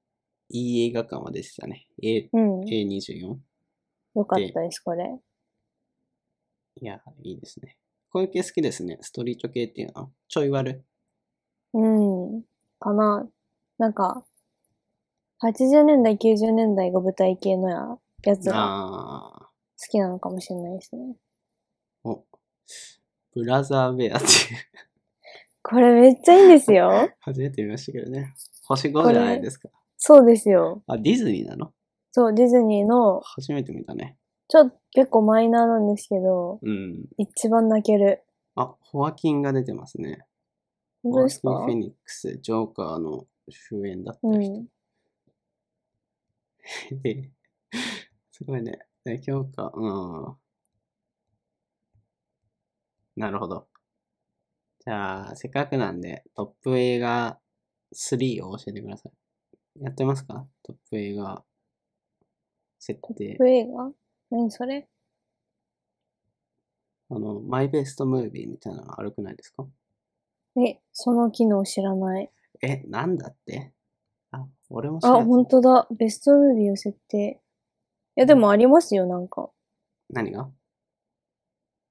[SPEAKER 1] いい映画館はでしたね。え
[SPEAKER 2] うん、よ
[SPEAKER 1] A24?
[SPEAKER 2] かったです、これ。
[SPEAKER 1] いや、いいですね。こういう系好きですね。ストリート系っていうのは。ちょい悪。
[SPEAKER 2] うん、かな。なんか、80年代、90年代が舞台系のや、やつが
[SPEAKER 1] ああ。
[SPEAKER 2] 好きなのかもしれないですね。
[SPEAKER 1] お。ブラザーベアっていう。
[SPEAKER 2] これめっちゃいいんですよ。
[SPEAKER 1] *laughs* 初めて見ましたけどね。星5じゃないですか。
[SPEAKER 2] そうですよ。
[SPEAKER 1] あ、ディズニーなの
[SPEAKER 2] そう、ディズニーの
[SPEAKER 1] 初めて見たね。
[SPEAKER 2] ちょっと結構マイナーなんですけど、
[SPEAKER 1] うん。
[SPEAKER 2] 一番泣ける。
[SPEAKER 1] あ、ホアキンが出てますね。
[SPEAKER 2] 本当ですか
[SPEAKER 1] ホアキン・フェニックス、ジョーカーの主演だった
[SPEAKER 2] う
[SPEAKER 1] 人。
[SPEAKER 2] ん。
[SPEAKER 1] *laughs* で、すごいね。ね評価、うん。なるほど。じゃあ、せっかくなんで、トップ映画3を教えてください。やってますかトップ映画設定。
[SPEAKER 2] 不映画何それ
[SPEAKER 1] あの、マイベストムービーみたいなのあるくないですか
[SPEAKER 2] え、その機能知らない。
[SPEAKER 1] え、なんだってあ、俺も知ら
[SPEAKER 2] あ、
[SPEAKER 1] ず
[SPEAKER 2] 本当だ。ベストムービーを設定。いや、でもありますよ、なんか。
[SPEAKER 1] 何が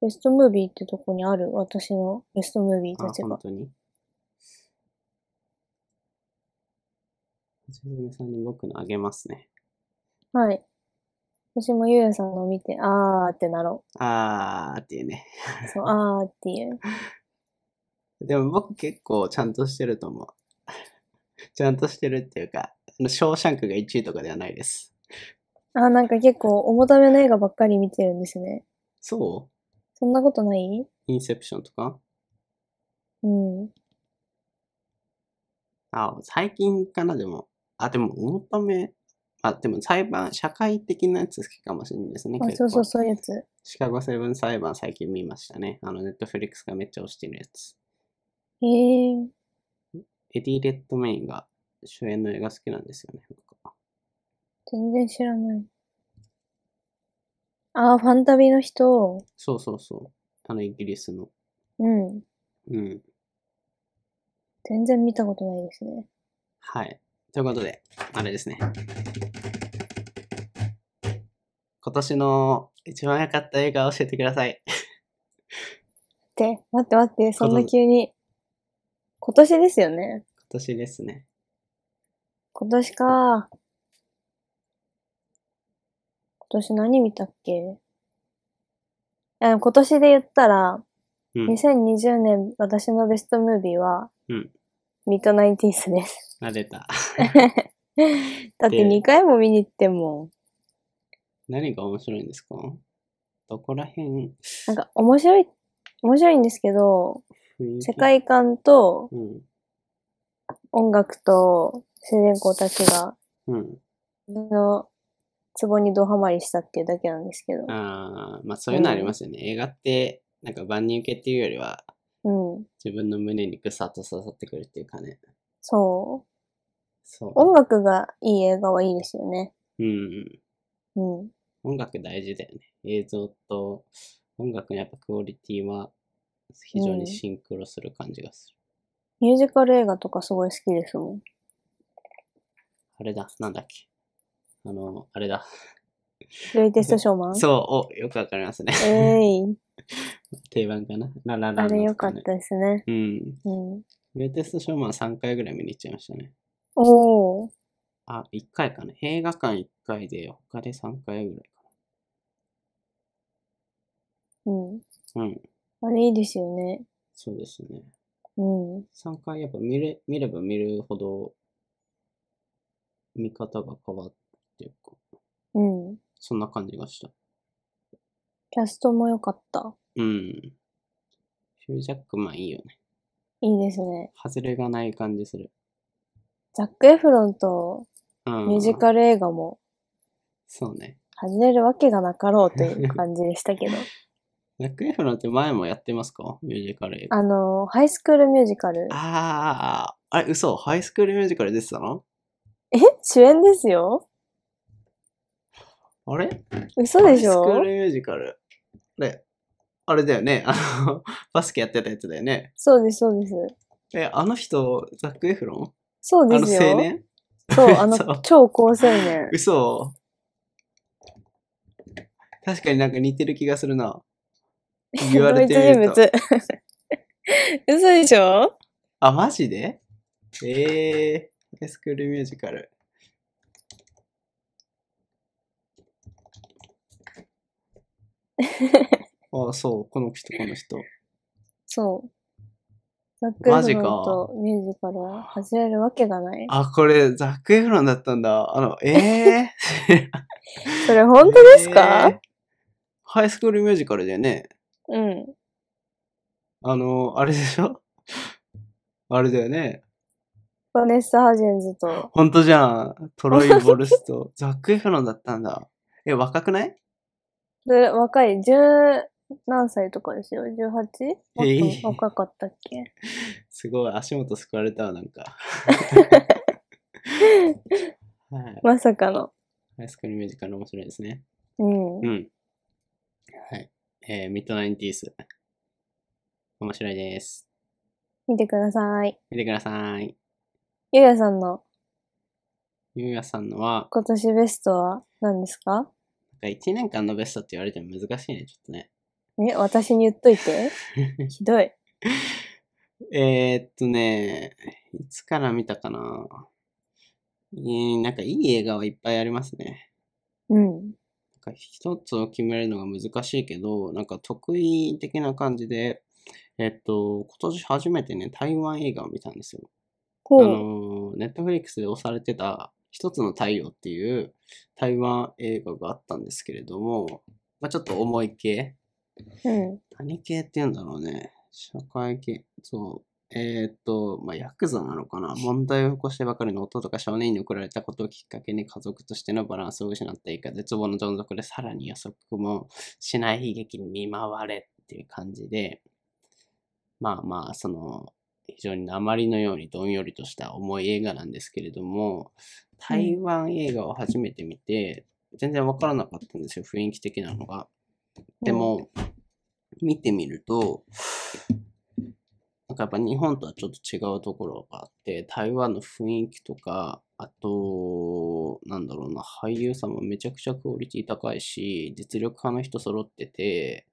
[SPEAKER 2] ベストムービーってとこにある、私のベストムービー
[SPEAKER 1] あ、
[SPEAKER 2] たちが
[SPEAKER 1] 本。当に。はじめさんに僕のあげますね。
[SPEAKER 2] はい。私もゆうやさんのを見て、あーってなろ
[SPEAKER 1] あーっていうね。
[SPEAKER 2] う。そう、あーっていう。
[SPEAKER 1] でも僕結構ちゃんとしてると思う。 *laughs* ちゃんとしてるっていうか、あのショーシャンクが1位とかではないです。
[SPEAKER 2] あー、なんか結構重ための映画ばっかり見てるんですね。
[SPEAKER 1] そ
[SPEAKER 2] そんなことないう
[SPEAKER 1] インセプションとか
[SPEAKER 2] うん。
[SPEAKER 1] あ、最近かな、でも。あ、でも、重ため。あ、でも裁判、社会的なやつ好きかもしれないですね。
[SPEAKER 2] あ、
[SPEAKER 1] 結
[SPEAKER 2] そ
[SPEAKER 1] 構
[SPEAKER 2] うそう、そういうやつ。
[SPEAKER 1] シカゴセブン裁判最近見ましたね。あの、ネットフリックスがめっちゃ推してるやつ。
[SPEAKER 2] へー。
[SPEAKER 1] エディ・レッドメインが主演の映画好きなんですよね。僕
[SPEAKER 2] 全然知らない。あー、ファンタビの人。
[SPEAKER 1] そうそうそう。あの、イギリスの。
[SPEAKER 2] うん。
[SPEAKER 1] うん。
[SPEAKER 2] 全然見たことないですね。
[SPEAKER 1] はい。ということで、あれですね。今年の一番良かった映画を教えてください。
[SPEAKER 2] って、待って待って、そん
[SPEAKER 1] 今
[SPEAKER 2] な
[SPEAKER 1] 年
[SPEAKER 2] 急に。今年ですよね。
[SPEAKER 1] 今年ですね。
[SPEAKER 2] 今年か。今年何見たっけあ今年で言ったら、
[SPEAKER 1] うん。
[SPEAKER 2] 2020年私のベストムービーは、
[SPEAKER 1] うん
[SPEAKER 2] ミッドナインティー
[SPEAKER 1] *laughs*
[SPEAKER 2] スです。
[SPEAKER 1] あ、出た。
[SPEAKER 2] だって
[SPEAKER 1] で
[SPEAKER 2] 2回も見に行ってんも
[SPEAKER 1] 何が面白いんですかどこら辺雰
[SPEAKER 2] ん、なんか面白い、面白いんですけど、
[SPEAKER 1] 囲気
[SPEAKER 2] 世界観と
[SPEAKER 1] うん。
[SPEAKER 2] 音楽と主人公たちが
[SPEAKER 1] うん。
[SPEAKER 2] 自分のツボにドハマりしたっていうだけなんですけど。
[SPEAKER 1] ああ、まあそういうのありますよね。映画って、なんか万人受けっていうよりは、
[SPEAKER 2] うん。
[SPEAKER 1] 自分の胸にぐさっと刺さってくるっていうかね。
[SPEAKER 2] そう。
[SPEAKER 1] そう。
[SPEAKER 2] 音楽がいい映画はいいですよね。
[SPEAKER 1] うん。
[SPEAKER 2] うん。
[SPEAKER 1] 音楽大事だよね。映像と音楽のやっぱクオリティは非常にシンクロする感じがする。
[SPEAKER 2] ミュージカル映画とかすごい好きですもん。
[SPEAKER 1] あれだ、なんだっけ。あの、あれだ。
[SPEAKER 2] グレイテストショーマン
[SPEAKER 1] そう、お、よくわかりますね。
[SPEAKER 2] ええい。
[SPEAKER 1] 定番かな。ラララ
[SPEAKER 2] あ
[SPEAKER 1] ンド
[SPEAKER 2] れ良
[SPEAKER 1] と
[SPEAKER 2] かっ
[SPEAKER 1] ね
[SPEAKER 2] たですね。
[SPEAKER 1] うん。
[SPEAKER 2] うん。
[SPEAKER 1] グレイテストショーマン3回ぐらい見に行っちゃいましたね。
[SPEAKER 2] おお。
[SPEAKER 1] あ、1回かな。映画館1回で、他で3回ぐらい
[SPEAKER 2] うん。
[SPEAKER 1] かな。うん。
[SPEAKER 2] あれいいですよね。
[SPEAKER 1] そうですね。
[SPEAKER 2] うん。
[SPEAKER 1] 3回やっぱ見れ見れば見るほど、見方が変わってっていうか、
[SPEAKER 2] うん。
[SPEAKER 1] そんな感じがした。
[SPEAKER 2] キャストも良かった。
[SPEAKER 1] うん。ヒュージャックマンいいよね。
[SPEAKER 2] いいですね。
[SPEAKER 1] 外れがない感じする。
[SPEAKER 2] ザック・エフロンと
[SPEAKER 1] うん。
[SPEAKER 2] ミュージカル映画も
[SPEAKER 1] そうね。
[SPEAKER 2] 外れるわけがなかろうという感じでし
[SPEAKER 1] *laughs*
[SPEAKER 2] たけど。
[SPEAKER 1] ザックエフロンって前もやってますかミュージカル映画。
[SPEAKER 2] あの、ハイスクールミュージカル。
[SPEAKER 1] あー、あれ、嘘。ハイスクールミュージカル出てたの
[SPEAKER 2] え主演ですよ
[SPEAKER 1] あれ
[SPEAKER 2] 嘘でし
[SPEAKER 1] ハイスクー
[SPEAKER 2] ょ
[SPEAKER 1] ルミュージカル。あれ、あれだよね。あの、 *laughs* バスケやってたやつだよね。
[SPEAKER 2] そうです、そうです。
[SPEAKER 1] え、あの人、ザックエフロ
[SPEAKER 2] そう
[SPEAKER 1] ンあ
[SPEAKER 2] で
[SPEAKER 1] の
[SPEAKER 2] すよ。
[SPEAKER 1] 青年
[SPEAKER 2] そう、あ
[SPEAKER 1] *laughs*
[SPEAKER 2] の
[SPEAKER 1] そう、
[SPEAKER 2] 超高青年。
[SPEAKER 1] 嘘。確かになんか似てる気がする
[SPEAKER 2] *laughs*
[SPEAKER 1] な。言われてみる
[SPEAKER 2] 同
[SPEAKER 1] と。
[SPEAKER 2] 一人物。嘘 *laughs* でしょ
[SPEAKER 1] あ、マジでええー、ハイスクールミュージカル。あ、そう、この人、この人。
[SPEAKER 2] そう。ザック
[SPEAKER 1] マジ
[SPEAKER 2] エ
[SPEAKER 1] か
[SPEAKER 2] フロンとミュージカルは外れるわけがない。
[SPEAKER 1] あ、これ、ザック・エフロンだったんだ。あの、ええー。
[SPEAKER 2] それ *laughs* 本当です
[SPEAKER 1] え
[SPEAKER 2] か
[SPEAKER 1] ー、ハイスクールミュージカルだよね。
[SPEAKER 2] うん。
[SPEAKER 1] あの、あれでしょ *laughs* あれだよね。
[SPEAKER 2] バネッサ・ハジェンズと。
[SPEAKER 1] ほんとじゃん。トロイ・ボルスとザック・エフロンだったんだ。え、若くない
[SPEAKER 2] それ若い、10何歳とかですよ ?18? もっと
[SPEAKER 1] えー
[SPEAKER 2] 若かったっけ
[SPEAKER 1] すごい、足元すくわれたわ、なん *laughs* か。はい。
[SPEAKER 2] まさかの。
[SPEAKER 1] ハイスクールミュージカル面白いですね。
[SPEAKER 2] うん
[SPEAKER 1] う。ん。はい。えー、ミッドナインティース。面白いです。
[SPEAKER 2] 見てください。
[SPEAKER 1] 見てください。
[SPEAKER 2] ゆうやさんの
[SPEAKER 1] ゆうやさんのは、
[SPEAKER 2] 今年ベストは何ですか
[SPEAKER 1] なんか1年間のベストって言われても難しいね、ちょっと *laughs* ね。
[SPEAKER 2] え、私に言っといて。ひどい。
[SPEAKER 1] えーっとね、いつから見たかな。えー、なんかいい映画はいっぱいありますね。
[SPEAKER 2] うん。
[SPEAKER 1] なんか一つを決めるのが難しいけど、なんか得意的な感じで、えっと、今年初めてね、台湾映画を見たんですよ。あ
[SPEAKER 2] ほう。
[SPEAKER 1] の、ネットフリックスで押されてた、一つの太陽っていう台湾映画があったんですけれども、まあ、ちょっと重い系
[SPEAKER 2] うん。
[SPEAKER 1] 何系って言うんだろうね。社会系。そう。えーっと、まあ、ヤクザなのかな。問題を起こしてばかりの夫とか少年に送られたことをきっかけに家族としてのバランスを失っていく。絶望のどん底でさらに予測もしない悲劇に見舞われっていう感じで、まあまあ、その、非常に鉛のようにどんよりとした重い映画なんですけれども、台湾映画を初めて見て、全然わからなかったんですよ、雰囲気的なのが。でも、見てみると、なんかやっぱ日本とはちょっと違うところがあって、台湾の雰囲気とか、あと、なんだろうな、俳優さんもめちゃくちゃクオリティ高いし、実力派の人揃ってて、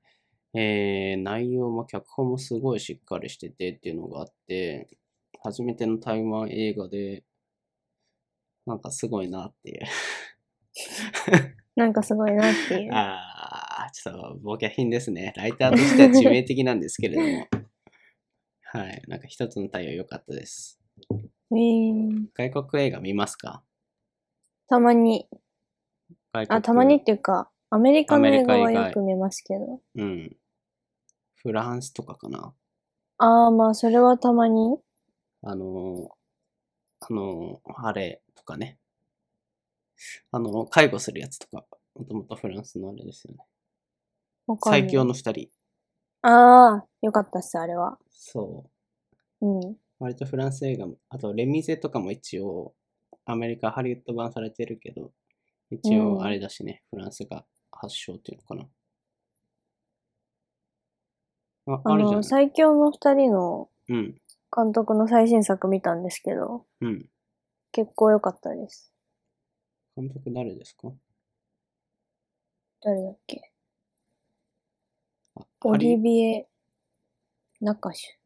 [SPEAKER 1] えー内容も脚本もすごいしっかりしててっていうのがあって、初めての台湾映画で、なんかすごいなっていう。
[SPEAKER 2] なんかすごいなっていう。
[SPEAKER 1] ああ、ちょっとボキャ品ですね。ライターとしては致命的なんですけれど
[SPEAKER 2] *laughs*
[SPEAKER 1] も。はい。なんか一つの対応良かったです。
[SPEAKER 2] えー、
[SPEAKER 1] 外国映画見ますか
[SPEAKER 2] たまに。
[SPEAKER 1] 外国
[SPEAKER 2] あ、たまにっ。ていうか、アメリカの映画
[SPEAKER 1] アメ
[SPEAKER 2] は
[SPEAKER 1] リカ以外
[SPEAKER 2] よく見ますけど。
[SPEAKER 1] うん。フランスとかかな。
[SPEAKER 2] ああ、まあ、それはたまに。
[SPEAKER 1] あのー、あのー、あれとかね。あのー、介護するやつとか。もともとフランスのあれですよね。
[SPEAKER 2] わかんない
[SPEAKER 1] 最強の二人。
[SPEAKER 2] ああ、よかったっす、あれは。
[SPEAKER 1] そう。
[SPEAKER 2] うん。
[SPEAKER 1] 割とフランス映画も、あとレミゼとかも一応、アメリカ、ハリウッド版されてるけど、一
[SPEAKER 2] う
[SPEAKER 1] 応
[SPEAKER 2] ん
[SPEAKER 1] あれだしね、フランスが発祥っていうのかな。あ、
[SPEAKER 2] あ
[SPEAKER 1] あるじゃ
[SPEAKER 2] の、
[SPEAKER 1] ない
[SPEAKER 2] 最強の二人の
[SPEAKER 1] うん、
[SPEAKER 2] 監督の最新作見たんですけど、
[SPEAKER 1] うん。
[SPEAKER 2] 結構良かったです。
[SPEAKER 1] 監督誰ですか
[SPEAKER 2] 誰だっけ
[SPEAKER 1] あ
[SPEAKER 2] オ
[SPEAKER 1] ハリ
[SPEAKER 2] リビエ・ナカシ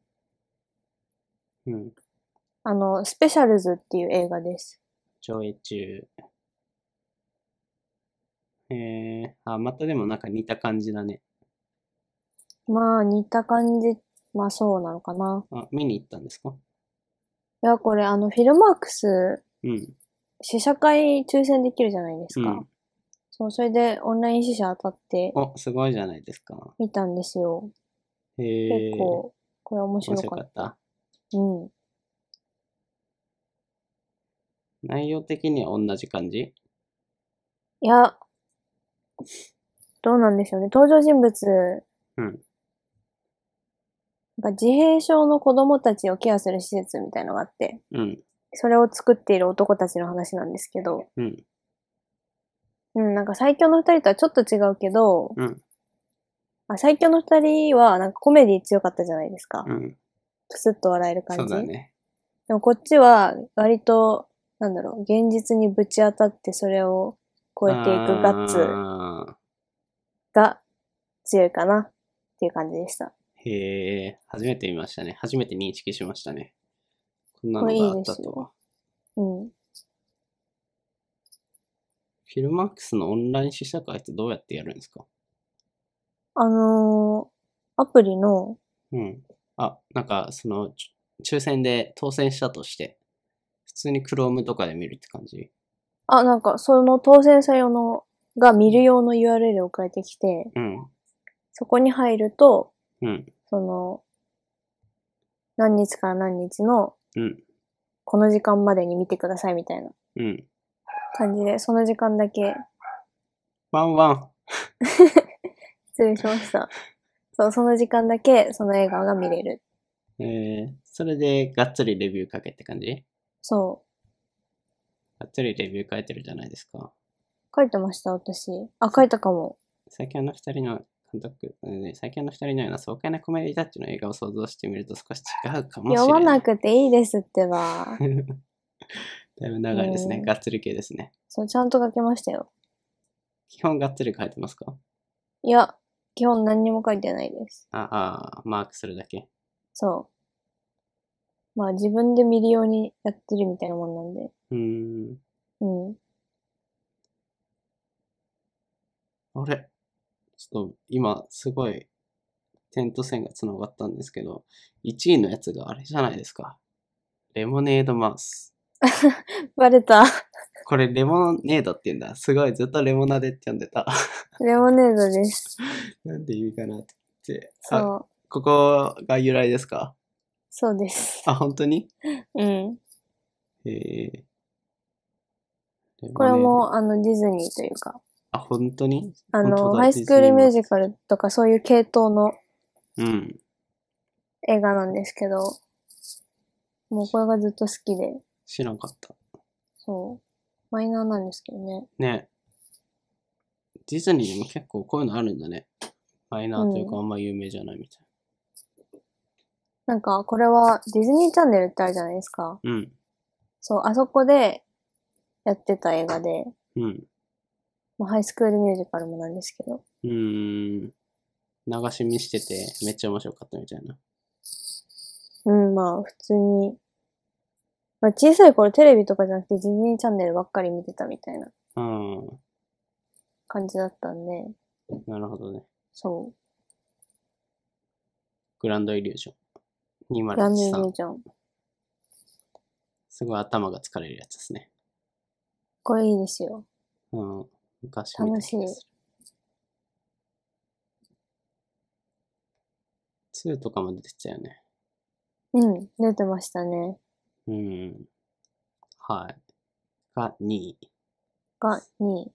[SPEAKER 2] ュ。
[SPEAKER 1] うん。
[SPEAKER 2] あの、スペシャルズっていう映画です。
[SPEAKER 1] 上映中。えー、あ、またでもなんか似た感じだね。
[SPEAKER 2] まあ、似た感じ。まあ、そうなのかな。
[SPEAKER 1] あ、見に行ったんですか
[SPEAKER 2] いや、これ、あの、フィルマークス、
[SPEAKER 1] うん、
[SPEAKER 2] 試写会抽選できるじゃないです
[SPEAKER 1] う
[SPEAKER 2] か。
[SPEAKER 1] ん。
[SPEAKER 2] そう、それでオンライン試写当たって
[SPEAKER 1] お、すごいじゃないですか。
[SPEAKER 2] 見たんですよ。
[SPEAKER 1] へ
[SPEAKER 2] 結
[SPEAKER 1] え。
[SPEAKER 2] 構、これ面白
[SPEAKER 1] 面白
[SPEAKER 2] か
[SPEAKER 1] か
[SPEAKER 2] っ
[SPEAKER 1] った。
[SPEAKER 2] た。うん。
[SPEAKER 1] 内容的には同じ感じ
[SPEAKER 2] いや、どうなんでしょうね。登場人物、
[SPEAKER 1] うん。
[SPEAKER 2] が自閉症の子供たちをケアする施設みたいのがあって、
[SPEAKER 1] うん、
[SPEAKER 2] それを作っている男たちの話なんですけど、
[SPEAKER 1] うん、
[SPEAKER 2] うん、なんか最強の二人とはちょっと違うけど、
[SPEAKER 1] うん、
[SPEAKER 2] あ最強の二人はなんかコメディ強かったじゃないですか。
[SPEAKER 1] うん。
[SPEAKER 2] クスッと笑える感じ。
[SPEAKER 1] そうだね。
[SPEAKER 2] でもこっちは割と、なんだろう、現実にぶち当たってそれを超えていくガッツ
[SPEAKER 1] あ
[SPEAKER 2] が強いかなっていう感じでした。
[SPEAKER 1] ーへえ、初めて見ましたね。初めて認識しましたね。こんな
[SPEAKER 2] これいい
[SPEAKER 1] のがあった
[SPEAKER 2] です
[SPEAKER 1] と
[SPEAKER 2] よ
[SPEAKER 1] は。
[SPEAKER 2] うん。
[SPEAKER 1] フィルマックスのオンライン試写会ってどうやってやるんですか
[SPEAKER 2] あのーアプリの、
[SPEAKER 1] うん。あ、なんか、その、ち抽選で当選したとして、普通に Chrome とかで見るって感じ
[SPEAKER 2] あ、なんかその当選者用のが見る用の URL を変えてきて、
[SPEAKER 1] うん、
[SPEAKER 2] そこに入ると、
[SPEAKER 1] うん、
[SPEAKER 2] その、何日から何日の、
[SPEAKER 1] うん
[SPEAKER 2] この時間までに見てくださいみたいな
[SPEAKER 1] うん。
[SPEAKER 2] 感じで、その時間だけ
[SPEAKER 1] ワンワン。 *laughs*
[SPEAKER 2] 失礼しました。そう、その時間だけその映画が見れる。
[SPEAKER 1] えー、それで、がっつりレビューかけって感じ
[SPEAKER 2] そ
[SPEAKER 1] がっつりレビュー書いてるじゃないですか。
[SPEAKER 2] う。書いてました、私。あ、書いたかも。
[SPEAKER 1] 最近あの二人の監督、うんね、最近あの二人のような爽快なコメディタッチの映画を想像してみると少し違うかもしれない。
[SPEAKER 2] 読まなくていいですってば。
[SPEAKER 1] *laughs* だいぶ長いですね。
[SPEAKER 2] うん
[SPEAKER 1] がっつり系ですね。
[SPEAKER 2] そう、ちゃんと書きましたよ。
[SPEAKER 1] 基本がっつり書いてますか
[SPEAKER 2] いや、基本何にも書いてないです。
[SPEAKER 1] ああー、マークするだけ。
[SPEAKER 2] そう。まあ自分で見るようにやってるみたいなもんなんで。
[SPEAKER 1] うーん。
[SPEAKER 2] うん。
[SPEAKER 1] あれちょっと今、すごい、点と線がつながったんですけど、1位のやつがあれじゃないですか。レモネードマウス。
[SPEAKER 2] バレた。
[SPEAKER 1] これ、レモネードって言うんだ。すごい、ずっとレモナデって呼んでた。 *laughs*
[SPEAKER 2] レモネードです。
[SPEAKER 1] なんで言うかなってって。あ、
[SPEAKER 2] そう。
[SPEAKER 1] ここが由来ですか
[SPEAKER 2] そうです。
[SPEAKER 1] あ、本当に
[SPEAKER 2] うん。
[SPEAKER 1] へえ。レモネード
[SPEAKER 2] これ。も、あの、ディズニーというか、
[SPEAKER 1] あ、本当に
[SPEAKER 2] あ
[SPEAKER 1] 本当
[SPEAKER 2] の、
[SPEAKER 1] だ
[SPEAKER 2] ハイスクールミュー
[SPEAKER 1] ディズ
[SPEAKER 2] ジカルとかそういう系統の
[SPEAKER 1] ニーのうん。
[SPEAKER 2] 映画なんですけど、もうこれがずっと好きで、
[SPEAKER 1] 知らんかった。
[SPEAKER 2] そう。マイナーなんですけどね。
[SPEAKER 1] ね。ディズニーでも結構こういうのあるんだね。マイナーというかあんま有名じゃないみたい
[SPEAKER 2] なんか、これはディズニーチャンネルってあるじゃないですか。
[SPEAKER 1] な。うん。
[SPEAKER 2] そう、あそこでやってた映画で、
[SPEAKER 1] うん。
[SPEAKER 2] まあ、ハイスクールミュージカルもなんですけど、
[SPEAKER 1] うーん。流し見しててめっちゃ面白かったみたいな。
[SPEAKER 2] うん、まあ、普通に、まあ、小さい頃テレビとかじゃなくてディズニーチャンネルばっかり見てたみたいな
[SPEAKER 1] うん。
[SPEAKER 2] 感じだったんで、
[SPEAKER 1] なるほどね。
[SPEAKER 2] そう。
[SPEAKER 1] グランドイリュージョン。
[SPEAKER 2] ラーメンミュ
[SPEAKER 1] 201
[SPEAKER 2] ージョン。
[SPEAKER 1] すごい頭が疲れるやつですね。
[SPEAKER 2] これいいですよ。
[SPEAKER 1] うん。昔見
[SPEAKER 2] 楽
[SPEAKER 1] た
[SPEAKER 2] しい
[SPEAKER 1] 気がする。2とかも出てたよね。
[SPEAKER 2] うん、出てましたね。
[SPEAKER 1] うん。はい。が2位。
[SPEAKER 2] が2位、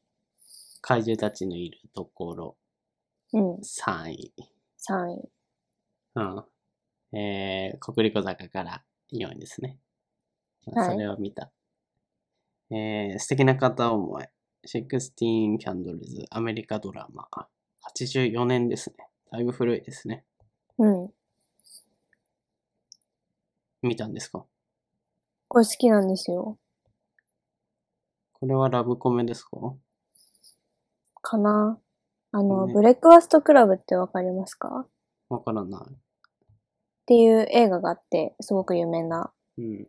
[SPEAKER 1] 怪獣たちのいるところ
[SPEAKER 2] うん、
[SPEAKER 1] 3位。
[SPEAKER 2] 3位。
[SPEAKER 1] うん。えー、国立小坂から4位ですね。
[SPEAKER 2] はい
[SPEAKER 1] それを見た。えー、素敵な片思い。16 Candles アメリカドラマ。84年ですね。だいぶ古いですね。
[SPEAKER 2] うん。
[SPEAKER 1] 見たんですか
[SPEAKER 2] これ好きなんですよ。
[SPEAKER 1] これはラブコメですか
[SPEAKER 2] かな。あの、
[SPEAKER 1] ね
[SPEAKER 2] ブレックファーストクラブってわかりますかっ
[SPEAKER 1] わからな
[SPEAKER 2] ていう映画があって、すごく有名な。
[SPEAKER 1] い。うん。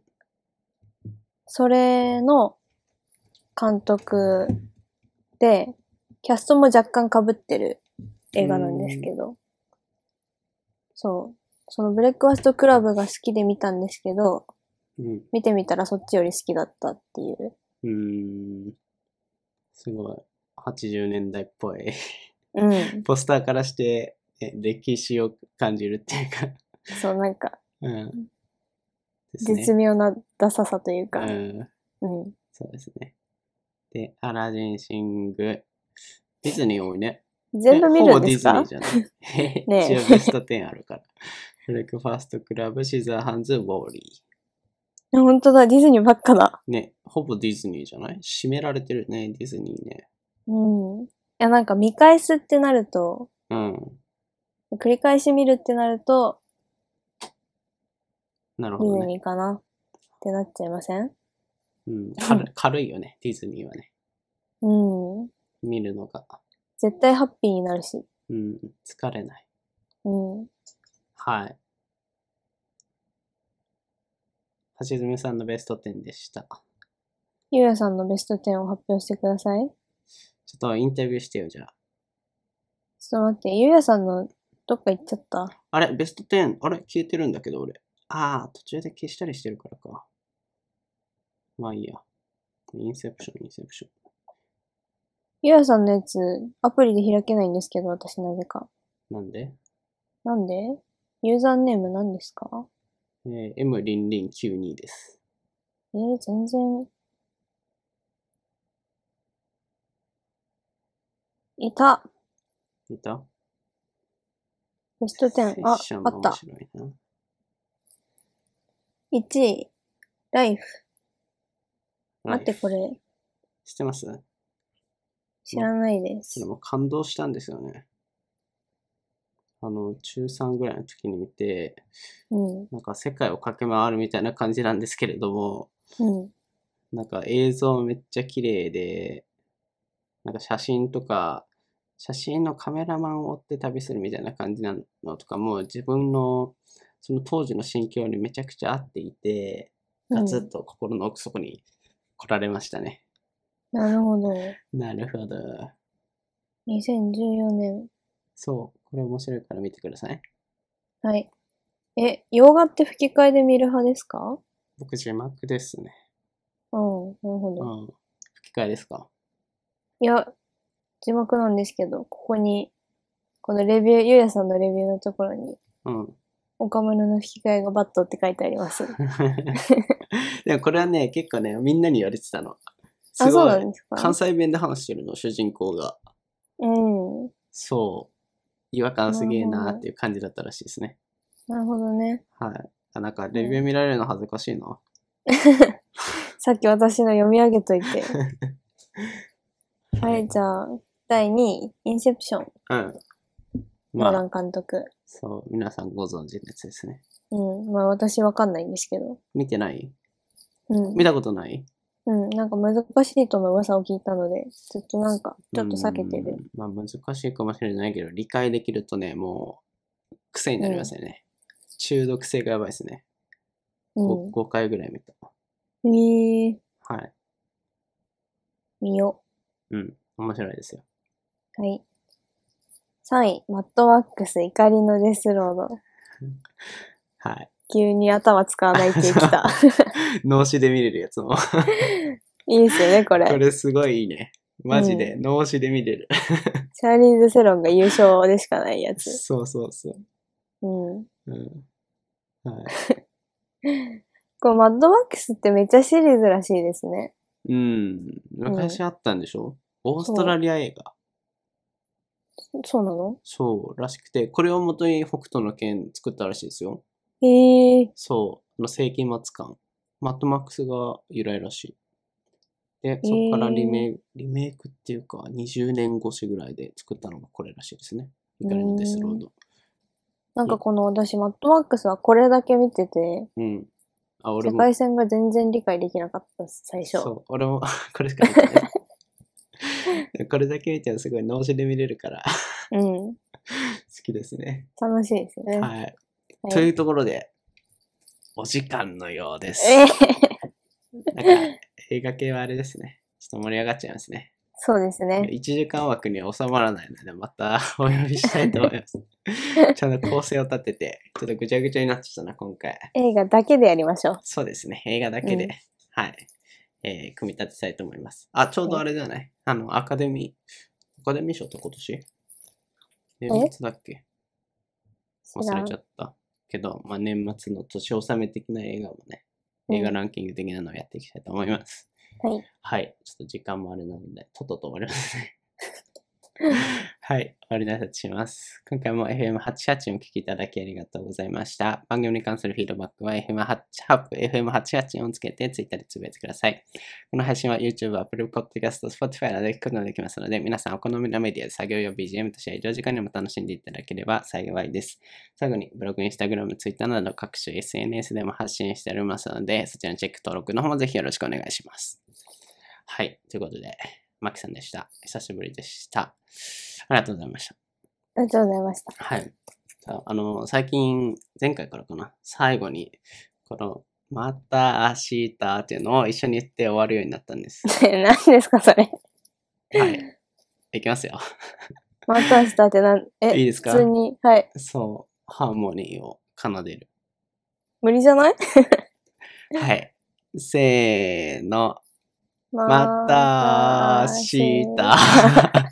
[SPEAKER 2] それの監督で、キャストも若干被ってる映画なんですけど。そう。そのブレックファーストクラブが好きで見たんですけど、
[SPEAKER 1] うん。
[SPEAKER 2] 見てみたらそっちより好きだったっていう。
[SPEAKER 1] うーん。すごい。80年代っぽい。 *laughs*
[SPEAKER 2] うん。
[SPEAKER 1] ポスターからして、え歴史を感じるっていうか、
[SPEAKER 2] そう、なんか、
[SPEAKER 1] うん。です
[SPEAKER 2] 絶
[SPEAKER 1] ね。
[SPEAKER 2] 妙なダサさという
[SPEAKER 1] う
[SPEAKER 2] か、
[SPEAKER 1] ん。
[SPEAKER 2] うん。
[SPEAKER 1] そうですね。で、アラジンシング。ディズニー多いね。
[SPEAKER 2] 全部見るんです
[SPEAKER 1] ほ
[SPEAKER 2] か
[SPEAKER 1] ぼディズニーじゃない。
[SPEAKER 2] *laughs* ねえ
[SPEAKER 1] 一応ベスト10あるから。ブレックファーストクラブ、シザーハンズ、ウォーリ
[SPEAKER 2] 本当だ、ディズニーばっかだ。
[SPEAKER 1] ー。ね、ほぼディズニーじゃない締められてるね、ディズニーね。
[SPEAKER 2] うん。いや、なんか見返すってなると、
[SPEAKER 1] うん。
[SPEAKER 2] 繰り返し見るってなると、
[SPEAKER 1] なる
[SPEAKER 2] デ
[SPEAKER 1] ほど
[SPEAKER 2] ィ
[SPEAKER 1] ね。
[SPEAKER 2] ズニーかなってなっちゃいません *laughs*
[SPEAKER 1] うん、軽軽いよね、ディズニーはね。
[SPEAKER 2] うん。
[SPEAKER 1] 見るのが。
[SPEAKER 2] 絶対ハッピーになるし。
[SPEAKER 1] うん、疲れない。
[SPEAKER 2] うん。
[SPEAKER 1] はい。橋爪さんのベスト10でした。
[SPEAKER 2] ゆうやさんのベスト10を発表してください。ちょっ
[SPEAKER 1] ちょっとインタビューしてよ、じゃあ。
[SPEAKER 2] と待って、ゆうやさんのどっか行っちゃった。
[SPEAKER 1] あれ、ベスト10、あれ、消えてるんだけど、俺。ああ、途中で消したりしてるからか。まあいいや。インセプション、インセプション。
[SPEAKER 2] ゆうやさんのやつ、アプリで開けないんですけど、私なぜか。
[SPEAKER 1] なんで
[SPEAKER 2] なんでユーザーネーム何ですか
[SPEAKER 1] えー、M リンリン92です。
[SPEAKER 2] えー、全然。いた。
[SPEAKER 1] いた
[SPEAKER 2] ベスト10。あ
[SPEAKER 1] セッション、
[SPEAKER 2] あ
[SPEAKER 1] も
[SPEAKER 2] った
[SPEAKER 1] 面。白いな。
[SPEAKER 2] 1位、ライフ。待って、
[SPEAKER 1] はい
[SPEAKER 2] これ、
[SPEAKER 1] 知ってますそ
[SPEAKER 2] 知らないで
[SPEAKER 1] れ
[SPEAKER 2] す。
[SPEAKER 1] も感動したんですよね。あの、中3ぐらいの時に見て、
[SPEAKER 2] うん。
[SPEAKER 1] なんか世界を駆け回るみたいな感じなんですけれども、
[SPEAKER 2] うん。
[SPEAKER 1] なんか映像めっちゃ綺麗で、なんか写真とか、写真のカメラマンを追って旅するみたいな感じなのとかも自分のその当時の心境にめちゃくちゃ合っていて、ガツッと心の奥底に来られましたね。
[SPEAKER 2] なるほど。
[SPEAKER 1] なるほど。
[SPEAKER 2] 2014年。
[SPEAKER 1] そう、これ面白いから見てください。
[SPEAKER 2] はい。え、洋画って吹き替えで見る派ですか
[SPEAKER 1] 僕字幕ですね。
[SPEAKER 2] うん、なるほ
[SPEAKER 1] う
[SPEAKER 2] ど。
[SPEAKER 1] ん。吹き替えですか
[SPEAKER 2] いや、字幕なんですけど、ここに、このレビュー、ゆうやさんのレビューのところに、
[SPEAKER 1] うん。 *laughs*
[SPEAKER 2] 岡村の吹き替えがバットって書いてあり *laughs* ます。
[SPEAKER 1] でもこれはね、結構ね、みんなに言われてたの。す
[SPEAKER 2] あ、そ
[SPEAKER 1] ご
[SPEAKER 2] う
[SPEAKER 1] い
[SPEAKER 2] な。んですか
[SPEAKER 1] 関西弁で話してるの、主人公が。
[SPEAKER 2] うん。
[SPEAKER 1] そう。違和感すげえなーっていう感じだったらしいですね。
[SPEAKER 2] なるほどね。
[SPEAKER 1] はい。あ、なんか、レビュー見られるの恥ずかしいな。
[SPEAKER 2] さっき私の読み上げ *laughs* といて。はい、じゃあ、第2位、インセプション、
[SPEAKER 1] うん。
[SPEAKER 2] ノー
[SPEAKER 1] ま
[SPEAKER 2] ラ
[SPEAKER 1] あ、
[SPEAKER 2] ン監督。
[SPEAKER 1] そう、皆さんご存知のやつですね。
[SPEAKER 2] うん、まあ私わかんないんですけど。
[SPEAKER 1] 見てない
[SPEAKER 2] うん
[SPEAKER 1] 見。たことない
[SPEAKER 2] うん、なんか難しいとの噂を聞いたので、ずっとなんか、ちょっと避けてる。
[SPEAKER 1] うんまあ、難しいかもしれないけど、理解できるとね、もう、癖になりますよね。中毒性がやばいですね。
[SPEAKER 2] う
[SPEAKER 1] 5, 回ぐらい見た。
[SPEAKER 2] ん。えー、
[SPEAKER 1] はい。
[SPEAKER 2] 見よ
[SPEAKER 1] うん。面白いですよ。
[SPEAKER 2] う。はい。3位、マッドワックス、怒りのデスロード。
[SPEAKER 1] はい。
[SPEAKER 2] 急に頭使わないってきた。 *laughs*
[SPEAKER 1] 脳死で見れるやつも。こ
[SPEAKER 2] いいですよね、これ。
[SPEAKER 1] れすごいいいね。マジで、脳死で見 *laughs* れる。
[SPEAKER 2] チャーリーズ・セロンが優勝でしかないやつ。
[SPEAKER 1] そうそうそう。
[SPEAKER 2] うん。
[SPEAKER 1] うん。はい。
[SPEAKER 2] こう、マッドマックスってめっちゃシリーズらしいですね。
[SPEAKER 1] うん。昔あったんでしょ、オーストラリア映画。
[SPEAKER 2] そうなの
[SPEAKER 1] そう、らしくて、これをもとに北斗の拳作ったらしいですよ。
[SPEAKER 2] へえ。
[SPEAKER 1] そう、あの世紀末感。マットマックスが由来らしい。で、そこからリメイク、リメイクっていうか、20年越しぐらいで作ったのがこれらしいですね。怒りのデスロード。
[SPEAKER 2] なんかこの私、マッドマックスはこれだけ見てて、
[SPEAKER 1] うん。あ、俺
[SPEAKER 2] 世
[SPEAKER 1] も
[SPEAKER 2] 界、線が全然理解できなかったです、最初。
[SPEAKER 1] そう、俺も、 *laughs* これしか見てない。
[SPEAKER 2] *laughs*
[SPEAKER 1] これだけ見てもすごい脳死で見れるから、好
[SPEAKER 2] うん。
[SPEAKER 1] きですね。
[SPEAKER 2] 楽しいですよね。
[SPEAKER 1] はい。
[SPEAKER 2] はい
[SPEAKER 1] というところで、お時間のようです。
[SPEAKER 2] ええ
[SPEAKER 1] なんか、映画系はあれですね。ちょっと盛り上がっちゃいますね。
[SPEAKER 2] そうですね。
[SPEAKER 1] 1時間枠に収まらないので、また *laughs* お呼びしたいと思い
[SPEAKER 2] *laughs*
[SPEAKER 1] ます。ちゃんと構成を立てて、ちょっとぐちゃぐちゃになっちゃったな、今回。
[SPEAKER 2] 映画だけでやりましょう。
[SPEAKER 1] そうですね。映画だけで、
[SPEAKER 2] うん
[SPEAKER 1] はい。えー組み立てたいと思います。あ、ちょうどあれじゃないあの、アカデミー、アカデミー賞って今年年末だっけ
[SPEAKER 2] 知
[SPEAKER 1] 忘
[SPEAKER 2] ら
[SPEAKER 1] れ
[SPEAKER 2] ん
[SPEAKER 1] ちゃったけど、まあ、年末の年納め的な映画もね、
[SPEAKER 2] うん
[SPEAKER 1] 映画ランキング的なのをやっていきたいと思います。
[SPEAKER 2] はい。
[SPEAKER 1] はい。ちょっと時間もあれなので、とっとと終わります
[SPEAKER 2] *laughs*
[SPEAKER 1] ね。はい。終わりの挨拶します。今回も FM88 をお聞きいただきありがとうございました。番組に関するフィードバックは FM88、FM88 をつけて Twitter でつぶやいてください。この配信は YouTube、Apple Podcast、Spotify などで聞くことができますので、皆さんお好みのメディアで作業用 BGM として移動時間にも楽しんでいただければ幸いです。最後にブログ、インスタグラム、ツイッターなど各種 SNS でも発信しておりますので、そちらのチェック登録の方もぜひよろしくお願いします。はい。ということで、マキさんでした。久しぶりでした。ありがとうございました。
[SPEAKER 2] ありがとうございました。
[SPEAKER 1] はい。じゃあ、あの、最近、前回からかな、最後に、この、また明日っていうのを一緒に言って終わるようになったんです。
[SPEAKER 2] *laughs* 何ですか、それ。
[SPEAKER 1] はい。
[SPEAKER 2] *laughs*
[SPEAKER 1] いきますよ。
[SPEAKER 2] また明日ってなん、え、
[SPEAKER 1] いいですか
[SPEAKER 2] 普通に、はい。
[SPEAKER 1] そう、ハーモニーを奏
[SPEAKER 2] *laughs*
[SPEAKER 1] でる。
[SPEAKER 2] 無理じゃない
[SPEAKER 1] はい。せーの。
[SPEAKER 2] ま
[SPEAKER 1] また明
[SPEAKER 2] た明日
[SPEAKER 1] 日。